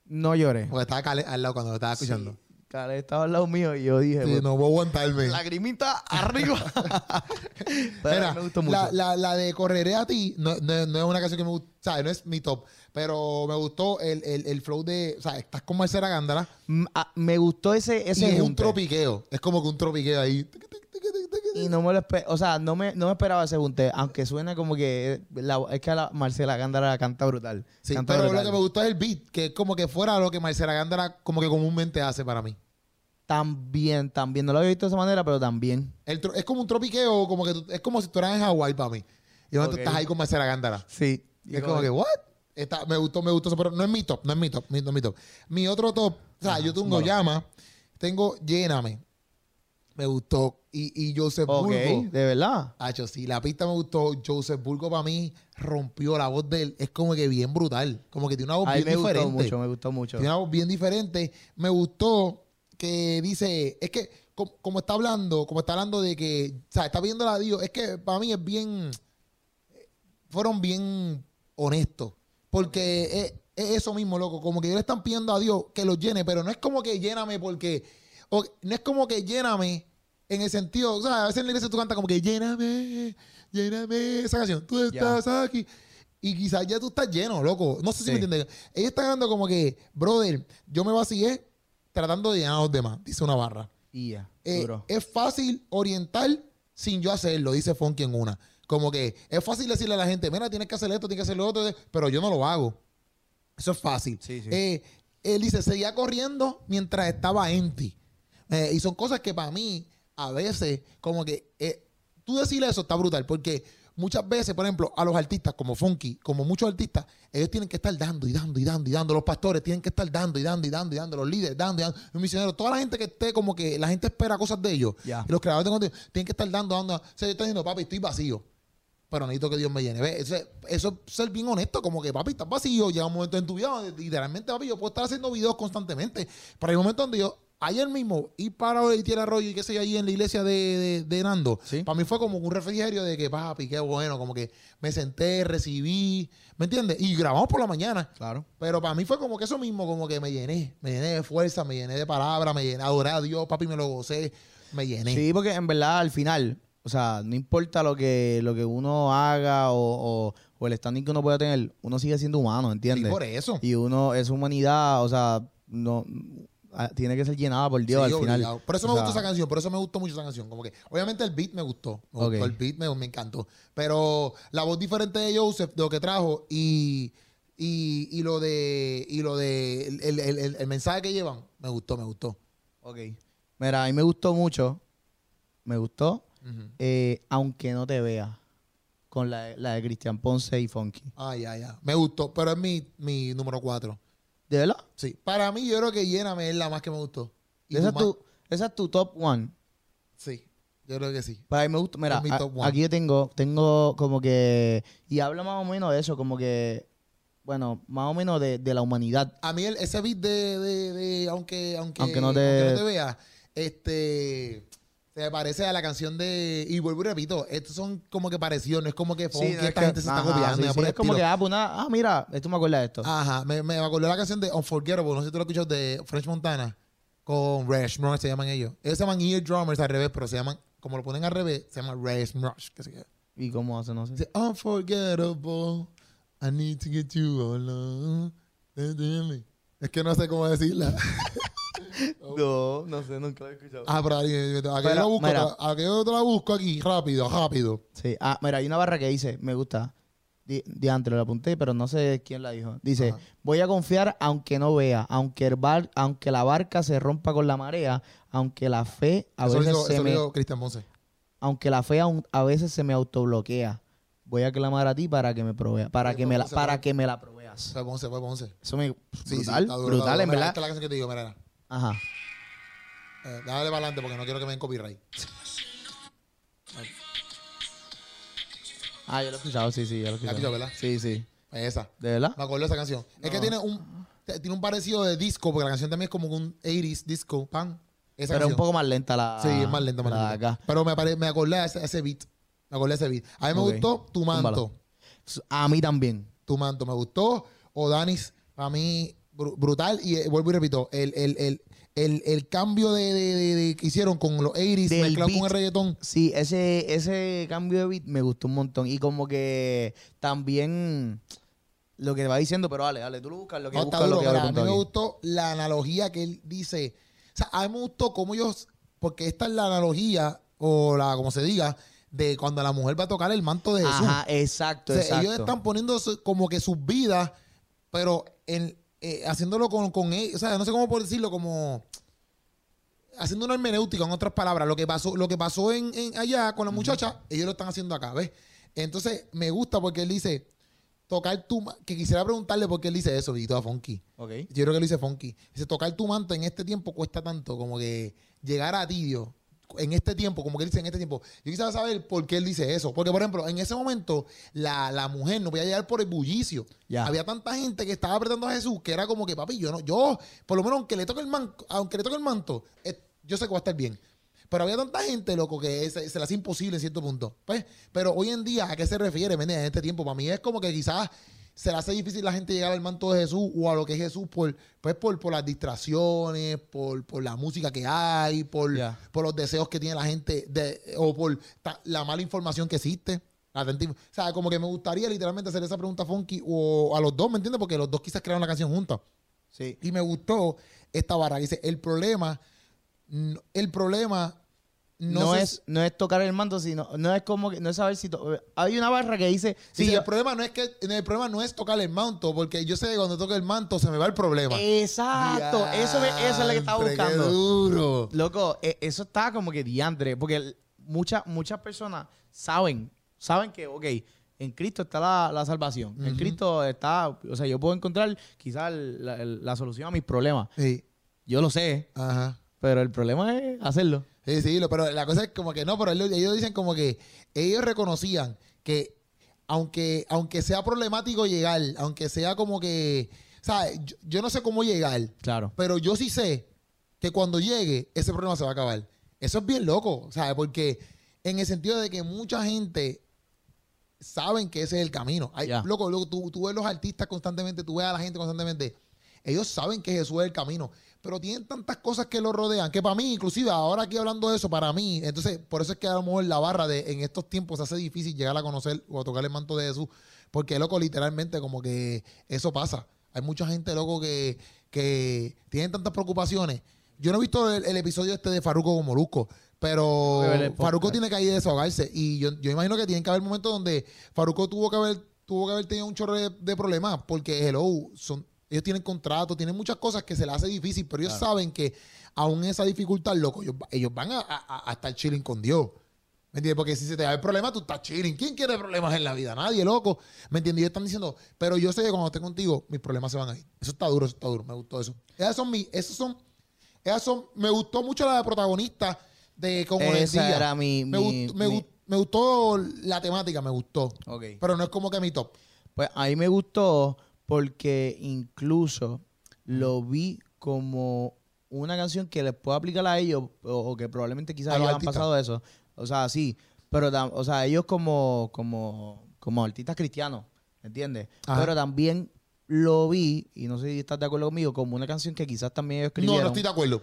[SPEAKER 2] No lloré.
[SPEAKER 1] Porque estaba Cale al lado cuando lo estaba escuchando.
[SPEAKER 2] Sí. Cara, estaba al lado mío y yo dije,
[SPEAKER 1] Sí,
[SPEAKER 2] "Bueno,
[SPEAKER 1] no voy a aguantarme.
[SPEAKER 2] lagrimita arriba. pero
[SPEAKER 1] Mira,
[SPEAKER 2] me gustó mucho.
[SPEAKER 1] la, la, la de Correré a ti no, no- no es una canción que me gusta, ¿sabes? No es mi top, pero me gustó el, el, el flow de, o sea, estás con Marcela Gándara
[SPEAKER 2] Mm, ah, me gustó ese
[SPEAKER 1] y
[SPEAKER 2] ese
[SPEAKER 1] es un
[SPEAKER 2] junte.
[SPEAKER 1] tropiqueo, es como que un tropiqueo ahí.
[SPEAKER 2] Y no me lo espe- o sea, no me, no me esperaba ese junte, aunque suena como que la- es que la Marcela Gándara canta brutal.
[SPEAKER 1] Sí,
[SPEAKER 2] canta
[SPEAKER 1] pero lo
[SPEAKER 2] brutal.
[SPEAKER 1] que me gustó es el beat, que es como que fuera lo que Marcela Gándara como que comúnmente hace para mí.
[SPEAKER 2] También, también. No lo había visto de esa manera, pero también.
[SPEAKER 1] El tro- es como un tropiqueo, como que tú- es como si estuvieras en Hawái para mí. Y de momento
[SPEAKER 2] Ok.
[SPEAKER 1] estás ahí con Marcela Gándara.
[SPEAKER 2] Sí.
[SPEAKER 1] Y es como que, ¿what? Está- me gustó, me gustó eso, pero no es mi top, no es mi top, mi- no es mi top. Mi otro top, o sea,
[SPEAKER 2] Ajá,
[SPEAKER 1] yo tengo
[SPEAKER 2] zúmbalo.
[SPEAKER 1] llama, tengo lléname. Me gustó. Y, y Joseph
[SPEAKER 2] Ok,
[SPEAKER 1] Burgo.
[SPEAKER 2] de verdad.
[SPEAKER 1] Hacho, sí, la pista me gustó. Joseph Burgo para mí rompió la voz de él. Es como que bien brutal. Como que tiene una voz
[SPEAKER 2] A mí
[SPEAKER 1] Oh, bien
[SPEAKER 2] me
[SPEAKER 1] diferente.
[SPEAKER 2] gustó mucho, me gustó mucho.
[SPEAKER 1] Tiene una voz bien diferente. Me gustó que dice, es que como, como está hablando, como está hablando de que, o sea, está viendo a Dios, es que para mí es bien, fueron bien honestos. Porque es, es eso mismo, loco. Como que ellos le están pidiendo a Dios que los llene, pero no es como que lléname porque, o- no es como que lléname en el sentido, o sea, a veces en la iglesia tú cantas como que lléname, lléname esa canción, tú estás aquí. Y quizás ya tú estás lleno, loco. No sé si
[SPEAKER 2] Sí.
[SPEAKER 1] me entiendes. Ella está dando como que, brother, yo me vacíe tratando de llenar a los demás, dice una barra.
[SPEAKER 2] Y ya,
[SPEAKER 1] Eh,
[SPEAKER 2] duro.
[SPEAKER 1] es fácil orientar sin yo hacerlo, dice Funky en una. Como que es fácil decirle a la gente, mira, tienes que hacer esto, tienes que hacer lo otro, pero yo no lo hago. Eso es fácil.
[SPEAKER 2] Sí, sí.
[SPEAKER 1] Eh, él dice, seguía corriendo mientras estaba en ti. Eh, y son cosas que para mí, a veces, como que eh, tú decirle eso está brutal, porque muchas veces, por ejemplo, a los artistas como Funky, como muchos artistas, ellos tienen que estar dando y dando y dando y dando. Los pastores tienen que estar dando y dando y dando y dando. Los líderes dando y dando. Los misioneros, toda la gente que esté como que la gente espera cosas de ellos.
[SPEAKER 2] Ya.
[SPEAKER 1] Y los creadores de contenido tienen que estar dando, dando. O sea, yo estoy diciendo, papi, estoy vacío pero necesito que Dios me llene. ¿Ves? Eso, es- eso es ser bien honesto, como que papi, estás vacío, llega un momento en tu vida donde literalmente, papi, yo puedo estar haciendo videos constantemente, pero hay un momento donde yo, ayer mismo, ir para el Arroyo y qué sé yo, allí en la iglesia de, de- de Nando,
[SPEAKER 2] Sí.
[SPEAKER 1] para mí fue como un refrigerio de que, papi, qué bueno, como que me senté, recibí, ¿me entiendes? Y grabamos por la mañana.
[SPEAKER 2] Claro.
[SPEAKER 1] Pero para mí fue como que eso mismo, como que me llené, me llené de fuerza, me llené de palabras, me llené, adoré a Dios, papi, me lo gocé. Me llené.
[SPEAKER 2] Sí, porque en verdad al final, o sea, no importa lo que, lo que uno haga o, o- o el standing que uno pueda tener, uno sigue siendo humano,
[SPEAKER 1] Sí,
[SPEAKER 2] ¿entiendes?
[SPEAKER 1] por eso.
[SPEAKER 2] Y uno, esa humanidad, o sea, no ah, tiene que ser llenada por Dios
[SPEAKER 1] Sí,
[SPEAKER 2] al final.
[SPEAKER 1] obligado. Por eso
[SPEAKER 2] O
[SPEAKER 1] me
[SPEAKER 2] sea,
[SPEAKER 1] gustó esa canción, por eso me gustó mucho esa canción. Como que, obviamente el beat me gustó. Me
[SPEAKER 2] Ok.
[SPEAKER 1] gustó el beat, me, me encantó. Pero la voz diferente de Joseph, de lo que trajo, y, y, y lo de, y lo de el, el- el- el- el mensaje que llevan, me gustó, me gustó.
[SPEAKER 2] Ok. Mira, a mí me gustó mucho. Me gustó.
[SPEAKER 1] Ujú.
[SPEAKER 2] eh, aunque no te vea. Con la, la de Cristian Ponce y Funky.
[SPEAKER 1] Ay, ay, ay. Me gustó, pero es mi, mi número 4.
[SPEAKER 2] ¿De verdad?
[SPEAKER 1] Sí. Para mí, yo creo que Lléname es la más que me gustó. Y
[SPEAKER 2] Esa es,
[SPEAKER 1] más-
[SPEAKER 2] tu, esa es tu top one.
[SPEAKER 1] Sí, yo creo que sí.
[SPEAKER 2] Para mí me gusta. Mira,
[SPEAKER 1] Es mi
[SPEAKER 2] a-
[SPEAKER 1] top one.
[SPEAKER 2] aquí yo tengo, tengo como que. Y habla más o menos de eso, como que. Bueno, más o menos de, de la humanidad.
[SPEAKER 1] A mí el- ese beat de, de- de- aunque, aunque,
[SPEAKER 2] Aunque no te-
[SPEAKER 1] vea, este se me parece a la canción de. Y vuelvo y repito, estos son como que parecidos, no es como que funky,
[SPEAKER 2] no es
[SPEAKER 1] esta
[SPEAKER 2] que-
[SPEAKER 1] gente se
[SPEAKER 2] ajá,
[SPEAKER 1] está copiando.
[SPEAKER 2] sí,
[SPEAKER 1] ya
[SPEAKER 2] sí,
[SPEAKER 1] por el
[SPEAKER 2] es como que,
[SPEAKER 1] estilo. Ah.
[SPEAKER 2] ah, pues nada, ah, mira, esto me acuerda de esto.
[SPEAKER 1] Ajá, me, me acordé de la canción de Unforgettable, no sé si tú la escuchas, de French Montana, con Rash Mrush, se llaman ellos. Ellos se llaman Ear Drummers al revés, pero se llaman, como lo ponen al revés, se llama Rash Mrush, que se llama.
[SPEAKER 2] Y cómo hace, no sé.
[SPEAKER 1] Dice, Unforgettable, I need to get you alone. Entiende. Es que no sé cómo decirla.
[SPEAKER 2] No, no sé, nunca lo he escuchado.
[SPEAKER 1] Ah, pero ahí, eh, a que yo
[SPEAKER 2] Pero,
[SPEAKER 1] la busco,
[SPEAKER 2] mira.
[SPEAKER 1] pero a que yo te la busco aquí, rápido, rápido.
[SPEAKER 2] Sí, ah, mira, hay una barra que dice, me gusta. Di, diantre, lo apunté, pero no sé quién la dijo. Dice,
[SPEAKER 1] Ajá.
[SPEAKER 2] voy a confiar aunque no vea, aunque, el bar, aunque la barca se rompa con la marea, aunque la fe a
[SPEAKER 1] eso lo
[SPEAKER 2] veces
[SPEAKER 1] hizo,
[SPEAKER 2] se
[SPEAKER 1] eso lo
[SPEAKER 2] me...
[SPEAKER 1] hizo Cristian Ponce.
[SPEAKER 2] aunque la fe aún- a veces se me autobloquea, voy a clamar a ti para que me provea, para
[SPEAKER 1] Sí,
[SPEAKER 2] que
[SPEAKER 1] fue
[SPEAKER 2] me la,
[SPEAKER 1] Ponce,
[SPEAKER 2] para
[SPEAKER 1] fue-
[SPEAKER 2] que me la proveas.
[SPEAKER 1] Fue Ponce, fue Ponce.
[SPEAKER 2] Eso me
[SPEAKER 1] Sí, sí,
[SPEAKER 2] brutal,
[SPEAKER 1] está duro, está
[SPEAKER 2] brutal,
[SPEAKER 1] duro.
[SPEAKER 2] en
[SPEAKER 1] Mira,
[SPEAKER 2] verdad.
[SPEAKER 1] Esta es la canción que te digo, mira, mira.
[SPEAKER 2] Ajá.
[SPEAKER 1] Eh, dale para adelante porque no quiero que me den copyright.
[SPEAKER 2] Ah, yo lo he escuchado, sí, sí, yo lo he
[SPEAKER 1] La has
[SPEAKER 2] escuchado.
[SPEAKER 1] escuchado, ¿verdad?
[SPEAKER 2] Sí, sí.
[SPEAKER 1] Esa.
[SPEAKER 2] ¿De verdad?
[SPEAKER 1] Me acuerdo de esa canción. Es que tiene un te- tiene un parecido de disco, porque la canción también es como un 80s disco, pan. Esa
[SPEAKER 2] Pero es
[SPEAKER 1] canción.
[SPEAKER 2] un poco más lenta la
[SPEAKER 1] Sí, es más lenta, más
[SPEAKER 2] la de
[SPEAKER 1] lenta.
[SPEAKER 2] acá.
[SPEAKER 1] Pero me, pare- me acordé de ese, ese beat. Me acordé de ese beat. A mí me
[SPEAKER 2] Ok.
[SPEAKER 1] gustó Tu Manto.
[SPEAKER 2] Túmbalo. A mí también.
[SPEAKER 1] Tu Manto me gustó. O Danis, a mí, bru- brutal. Y eh, vuelvo y repito, el, el, el, el, el cambio de, de- de- de- que hicieron con los 80s
[SPEAKER 2] Del
[SPEAKER 1] mezclado
[SPEAKER 2] beat.
[SPEAKER 1] con el reggaetón.
[SPEAKER 2] Sí, ese, ese cambio de beat me gustó un montón. Y como que también lo que va diciendo, pero dale, dale, tú lo buscas, lo que
[SPEAKER 1] No, está
[SPEAKER 2] buscas, lo
[SPEAKER 1] duro,
[SPEAKER 2] que
[SPEAKER 1] pero
[SPEAKER 2] abre
[SPEAKER 1] a mí
[SPEAKER 2] punto
[SPEAKER 1] me
[SPEAKER 2] aquí.
[SPEAKER 1] gustó la analogía que él dice. O sea, a mí me gustó cómo ellos, porque esta es la analogía, o la, como se diga, de cuando la mujer va a tocar el manto de Jesús.
[SPEAKER 2] Ajá, exacto,
[SPEAKER 1] O sea,
[SPEAKER 2] exacto.
[SPEAKER 1] ellos están poniendo su- como que sus vidas, pero en, eh, haciéndolo con, con ellos. O sea, no sé cómo por decirlo, como haciendo una hermenéutica, en otras palabras. Lo que pasó, lo que pasó en, en allá con la muchacha, ellos lo están haciendo acá, ¿ves? Entonces, me gusta porque él dice, tocar tu... ma- Que quisiera preguntarle por qué él dice eso, Vito, a Funky.
[SPEAKER 2] Ok.
[SPEAKER 1] Yo creo que lo dice Funky. Dice, tocar tu manto en este tiempo cuesta tanto, como que llegar a ti, Dios. En este tiempo, como que él dice en este tiempo. Yo quisiera saber por qué él dice eso. Porque, por ejemplo, en ese momento, la, la mujer no podía llegar por el bullicio.
[SPEAKER 2] Ya.
[SPEAKER 1] Había tanta gente que estaba apretando a Jesús que era como que, papi, yo no, yo, por lo menos aunque le toque el manto, aunque le toque el manto, eh, yo sé que va a estar bien. Pero había tanta gente, loco, que se, se le hace imposible en cierto punto. Pues, pero hoy en día, ¿a qué se refiere, ¿me entiendes? En este tiempo, para mí es como que quizás se le hace difícil la gente llegar al manto de Jesús o a lo que es Jesús por, pues, por, por las distracciones, por, por la música que hay, por,
[SPEAKER 2] Ya.
[SPEAKER 1] por los deseos que tiene la gente de, o por ta- la mala información que existe. La tanta inf- o sea, como que me gustaría literalmente hacer esa pregunta a Funky o a los dos, ¿me entiendes? Porque los dos quizás crearon la canción juntos.
[SPEAKER 2] Sí.
[SPEAKER 1] Y me gustó esta vara. Dice, el problema, n- el problema
[SPEAKER 2] No,
[SPEAKER 1] no, se-
[SPEAKER 2] es, no es tocar el manto, sino no es como que no es saber si to- hay una barra que dice
[SPEAKER 1] dice,
[SPEAKER 2] si yo-
[SPEAKER 1] el problema no es que el problema no es tocar el manto, porque yo sé que cuando toco el manto se me va el problema.
[SPEAKER 2] Exacto, eso, me- eso es lo que estaba
[SPEAKER 1] Diantre, qué
[SPEAKER 2] buscando.
[SPEAKER 1] duro.
[SPEAKER 2] Loco, e- eso está como que diantre, porque el- muchas muchas personas saben, saben que, ok, en Cristo está la, la salvación, en
[SPEAKER 1] Ujú.
[SPEAKER 2] Cristo está, o sea, yo puedo encontrar quizás el- la, el- la solución a mis problemas,
[SPEAKER 1] Sí,
[SPEAKER 2] yo lo sé,
[SPEAKER 1] ajá.
[SPEAKER 2] pero el problema es hacerlo.
[SPEAKER 1] Sí, sí, lo- pero la cosa es como que no, pero él- ellos dicen como que ellos reconocían que aunque, aunque sea problemático llegar, aunque sea como que, ¿sabes? Yo, yo no sé cómo llegar,
[SPEAKER 2] Claro.
[SPEAKER 1] pero yo sí sé que cuando llegue, ese problema se va a acabar. Eso es bien loco, ¿sabes? Porque en el sentido de que mucha gente saben que ese es el camino. Hay,
[SPEAKER 2] Ya.
[SPEAKER 1] Loco, loco, tú, tú ves los artistas constantemente, tú ves a la gente constantemente. Ellos saben que Jesús es el camino. Pero tienen tantas cosas que los rodean, que para mí, inclusive, ahora aquí hablando de eso, para mí, entonces, por eso es que a lo mejor la barra de en estos tiempos se hace difícil llegar a conocer o a tocar el manto de Jesús, porque, loco, literalmente, como que eso pasa. Hay mucha gente, loco, que, que tienen tantas preocupaciones. Yo no he visto el, el episodio este de Farruko con Molusco, pero
[SPEAKER 2] Voy a ver el podcast.
[SPEAKER 1] Farruko tiene que ahí desahogarse. Y yo, yo imagino que tienen que haber momentos donde Farruko tuvo que haber, tuvo que haber tenido un chorro de, de problemas, porque hello, son, ellos tienen contratos, tienen muchas cosas que se les hace difícil, pero ellos saben que aún esa dificultad, loco, ellos, va- ellos van a, a- a estar chilling con Dios. ¿Me entiendes? Porque si se te da el problema, tú estás chilling. ¿Quién quiere problemas en la vida? Nadie, loco. ¿Me entiendes? Y ellos están diciendo, pero yo sé que cuando esté contigo, mis problemas se van a ir. Eso está duro, eso está duro. Me gustó eso. Esas son mis, esos son, esas son, me gustó mucho la protagonista de como
[SPEAKER 2] Esa
[SPEAKER 1] decía.
[SPEAKER 2] era mi-
[SPEAKER 1] me,
[SPEAKER 2] mi-
[SPEAKER 1] gustó, me
[SPEAKER 2] mi-
[SPEAKER 1] gu- me gustó la temática, me gustó.
[SPEAKER 2] Ok.
[SPEAKER 1] Pero no es como que mi top.
[SPEAKER 2] Pues ahí me gustó porque incluso lo vi como una canción que les puedo aplicar a ellos o, o que probablemente
[SPEAKER 1] A
[SPEAKER 2] quizás
[SPEAKER 1] los
[SPEAKER 2] ellos han
[SPEAKER 1] artistas.
[SPEAKER 2] pasado eso. O sea, sí, pero tam- o sea, ellos como como como artistas cristianos, ¿entiendes?
[SPEAKER 1] Ajá.
[SPEAKER 2] Pero también lo vi y no sé si estás de acuerdo conmigo como una canción que quizás también ellos
[SPEAKER 1] No,
[SPEAKER 2] escribieron.
[SPEAKER 1] no estoy de acuerdo.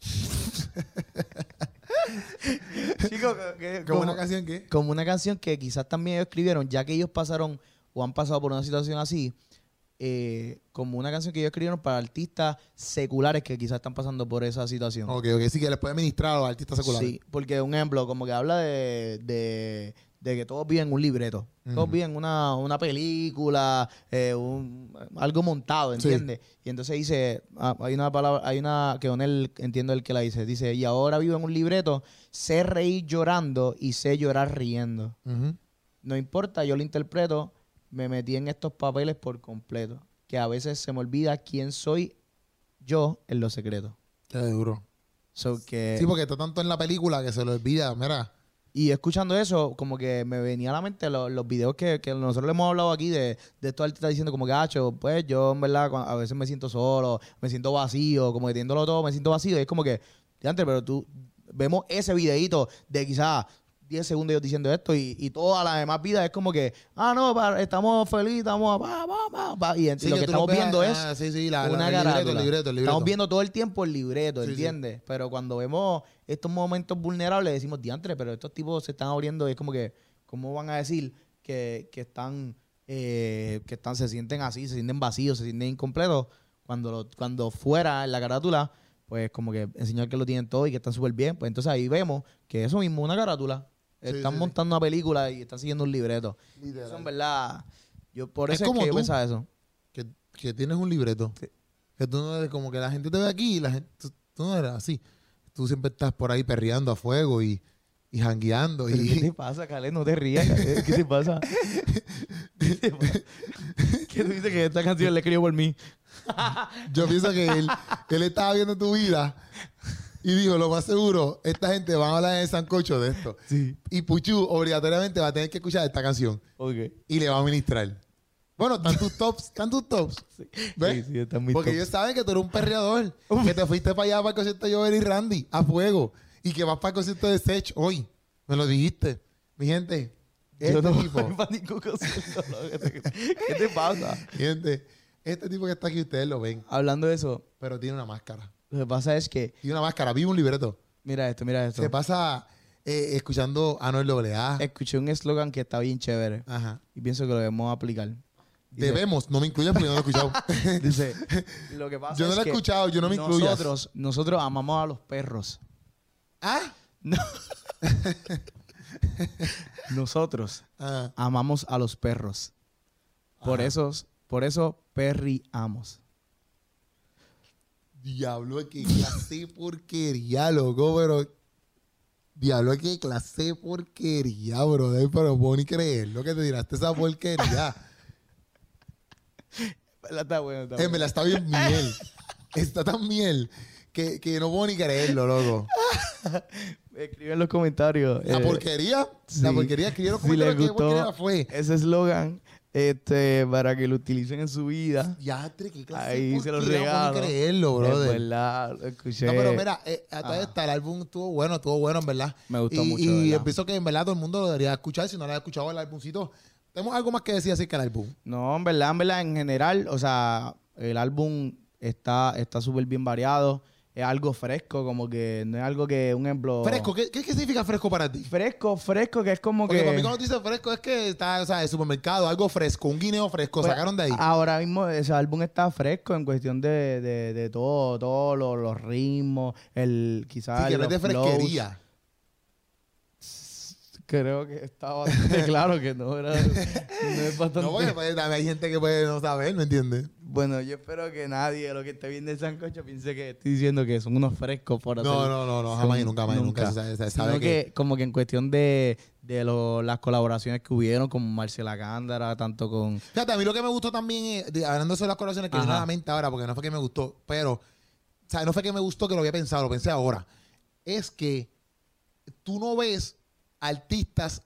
[SPEAKER 2] Chico, que-
[SPEAKER 1] Qué buena canción que es.
[SPEAKER 2] como una canción que quizás también ellos escribieron, ya que ellos pasaron o han pasado por una situación así, eh, como una canción que ellos escribieron para artistas seculares que quizás están pasando por esa situación.
[SPEAKER 1] Ok, ok, sí que les puede ministrar a los artistas seculares.
[SPEAKER 2] Sí, porque un ejemplo, como que habla de, de, de que todos viven un libreto, todos
[SPEAKER 1] Ujú.
[SPEAKER 2] viven una, una película, eh, un- algo montado,
[SPEAKER 1] Sí.
[SPEAKER 2] ¿entiendes? Y entonces dice, ah, hay una palabra, hay una que con él entiendo el que la dice, dice, y ahora vivo en un libreto, sé reír llorando y sé llorar riendo
[SPEAKER 1] Ujú.
[SPEAKER 2] no importa, yo lo interpreto, me metí en estos papeles por completo, que a veces se me olvida quién soy yo en los secretos.
[SPEAKER 1] Qué duro.
[SPEAKER 2] So que,
[SPEAKER 1] Sí, porque está tanto en la película que se lo olvida, mira.
[SPEAKER 2] y escuchando eso, como que me venía a la mente lo- los videos que, que nosotros le hemos hablado aquí de, de estos artistas diciendo como que, "Acho, pues yo en verdad cua- a veces me siento solo, me siento vacío, como que teniéndolo todo, me siento vacío. Y es como que, antes, pero tú, vemos ese videito de quizás 10 segundos yo diciendo esto y, y toda la demás vida es como que, ah, no, pa- estamos felices, estamos, pa, pa, pa, pa". y, en- y lo que
[SPEAKER 1] tú
[SPEAKER 2] estamos
[SPEAKER 1] ves-
[SPEAKER 2] viendo es
[SPEAKER 1] ah, sí, sí, la, la-
[SPEAKER 2] una
[SPEAKER 1] el
[SPEAKER 2] carátula.
[SPEAKER 1] libreto, el libreto, el libreto.
[SPEAKER 2] Estamos viendo todo el tiempo el libreto,
[SPEAKER 1] Sí, sí.
[SPEAKER 2] ¿entiendes? Pero cuando vemos estos momentos vulnerables decimos, diantre, pero estos tipos se están abriendo y es como que, ¿cómo van a decir que, que están, eh, que están, se sienten así, se sienten vacíos, se sienten incompletos? Cuando, lo- cuando fuera en la carátula, pues como que enseñar que lo tienen todo y que están súper bien. Pues entonces ahí vemos que eso mismo, una carátula.
[SPEAKER 1] Sí,
[SPEAKER 2] Están
[SPEAKER 1] sí, sí.
[SPEAKER 2] montando una película y están siguiendo un libreto. Eso en verdad, yo por
[SPEAKER 1] Es
[SPEAKER 2] eso es,
[SPEAKER 1] como
[SPEAKER 2] que yo
[SPEAKER 1] tú.
[SPEAKER 2] pensaba eso.
[SPEAKER 1] Que, que tienes un libreto.
[SPEAKER 2] Sí.
[SPEAKER 1] Que tú no eres como que la gente te ve aquí y la gente, tú, tú no eres así. Tú siempre estás por ahí perreando a fuego y, y jangueando.
[SPEAKER 2] ¿Pero ¿Qué
[SPEAKER 1] Y,
[SPEAKER 2] te pasa, Cale? No te rías. Khaled. ¿Qué te pasa? ¿Qué te pasa? ¿Qué tú dices que esta canción la escribió por mí?
[SPEAKER 1] yo pienso que él, él estaba viendo tu vida y dijo, lo más seguro, esta gente va a hablar en el sancocho de esto.
[SPEAKER 2] Sí.
[SPEAKER 1] Y Puchu obligatoriamente va a tener que escuchar esta canción
[SPEAKER 2] Ok.
[SPEAKER 1] y le va a ministrar. Bueno, están tus tops, están tus tops. ¿Ves?
[SPEAKER 2] Sí, sí, está muy
[SPEAKER 1] Porque
[SPEAKER 2] top.
[SPEAKER 1] ellos saben que tú eres un perreador. que te fuiste para allá para el concierto de Joel y Randy a fuego. Y que vas para el concierto de Sech hoy. Me lo dijiste. Mi gente, este
[SPEAKER 2] Yo no voy
[SPEAKER 1] tipo,
[SPEAKER 2] pa' ningún concierto, loco. ¿Qué te pasa?
[SPEAKER 1] mi gente, este tipo que está aquí, ustedes lo ven,
[SPEAKER 2] Hablando de eso,
[SPEAKER 1] pero tiene una máscara.
[SPEAKER 2] lo que pasa es que,
[SPEAKER 1] Tiene una máscara, vive un libreto.
[SPEAKER 2] mira esto, mira esto.
[SPEAKER 1] Se pasa eh, escuchando a Noel AA.
[SPEAKER 2] Escuché un eslogan que está bien chévere
[SPEAKER 1] Ajá.
[SPEAKER 2] y pienso que lo debemos aplicar. Dice-
[SPEAKER 1] Debemos, no me incluyas porque yo no lo he escuchado.
[SPEAKER 2] Dice, lo que pasa
[SPEAKER 1] Yo no
[SPEAKER 2] es
[SPEAKER 1] lo he
[SPEAKER 2] que
[SPEAKER 1] escuchado, yo no me incluyas.
[SPEAKER 2] nosotros, nosotros amamos a los perros.
[SPEAKER 1] ¿Ah?
[SPEAKER 2] No. Nosotros
[SPEAKER 1] Ah,
[SPEAKER 2] amamos a los perros. Por
[SPEAKER 1] Ajá.
[SPEAKER 2] eso, por eso perriamos.
[SPEAKER 1] Diablo, qué clase de porquería, loco, pero. Diablo, qué clase de porquería, brother. Pero puedo ni creerlo que te tiraste esa porquería.
[SPEAKER 2] Está bueno, está
[SPEAKER 1] en verdad, está bien miel. Está tan miel que, que no puedo ni creerlo, loco.
[SPEAKER 2] Escribe en los comentarios.
[SPEAKER 1] La
[SPEAKER 2] eh,
[SPEAKER 1] porquería, la
[SPEAKER 2] sí.
[SPEAKER 1] porquería, escribieron
[SPEAKER 2] si les
[SPEAKER 1] comentarios que porquería
[SPEAKER 2] gustó
[SPEAKER 1] fue.
[SPEAKER 2] ese eslogan este, para que lo utilicen en su vida.
[SPEAKER 1] Ya, qué clase de
[SPEAKER 2] Ahí se
[SPEAKER 1] porquería,
[SPEAKER 2] los
[SPEAKER 1] No
[SPEAKER 2] regalo.
[SPEAKER 1] puedo ni creerlo,
[SPEAKER 2] Es
[SPEAKER 1] brother.
[SPEAKER 2] verdad, lo escuché.
[SPEAKER 1] No, pero mira, eh, hasta
[SPEAKER 2] Ajá.
[SPEAKER 1] está, el álbum estuvo bueno, estuvo bueno, en verdad.
[SPEAKER 2] Me gustó
[SPEAKER 1] y,
[SPEAKER 2] mucho, de
[SPEAKER 1] Y
[SPEAKER 2] verdad.
[SPEAKER 1] empiezo que en verdad todo el mundo lo debería escuchar. Si no lo ha escuchado el álbumcito, tenemos algo más que decir acerca del álbum.
[SPEAKER 2] No, en verdad, en verdad, en general, o sea, El álbum está está súper bien variado. Es algo fresco, como que no es algo que, un ejemplo...
[SPEAKER 1] Fresco, ¿qué, qué, qué significa fresco para ti?
[SPEAKER 2] Oh. Fresco, fresco, que es como
[SPEAKER 1] Porque
[SPEAKER 2] que...
[SPEAKER 1] para mí cuando tú dices fresco es que está, o sea, de supermercado, algo fresco, un guineo fresco,
[SPEAKER 2] Pues,
[SPEAKER 1] sacaron de ahí.
[SPEAKER 2] Ahora mismo ese álbum está fresco en cuestión de, de, de todo, todos los, los ritmos, el quizás.
[SPEAKER 1] Así que no
[SPEAKER 2] los
[SPEAKER 1] es de
[SPEAKER 2] flows.
[SPEAKER 1] fresquería.
[SPEAKER 2] Creo que está bastante claro que no era. no es bastante.
[SPEAKER 1] No, porque pues, también hay gente que puede no saber, ¿me entiendes?
[SPEAKER 2] Bueno, yo espero que nadie de lo que esté viendo el sancocho piense que estoy diciendo que son unos frescos por hacer.
[SPEAKER 1] No, no, no, no,
[SPEAKER 2] son-
[SPEAKER 1] jamás y nunca, jamás y nunca. Se sabe, se sabe
[SPEAKER 2] Sino
[SPEAKER 1] que,
[SPEAKER 2] que, como que en cuestión de, de lo- las colaboraciones que hubieron con Marcela Cándara, tanto con.
[SPEAKER 1] Fíjate, a mí lo que me gustó también es, de- hablando sobre las colaboraciones que me viene a
[SPEAKER 2] Ajá.
[SPEAKER 1] la mente ahora, porque no fue que me gustó, pero, o sea, no fue que me gustó que lo había pensado, lo pensé ahora. Es que tú no ves artistas,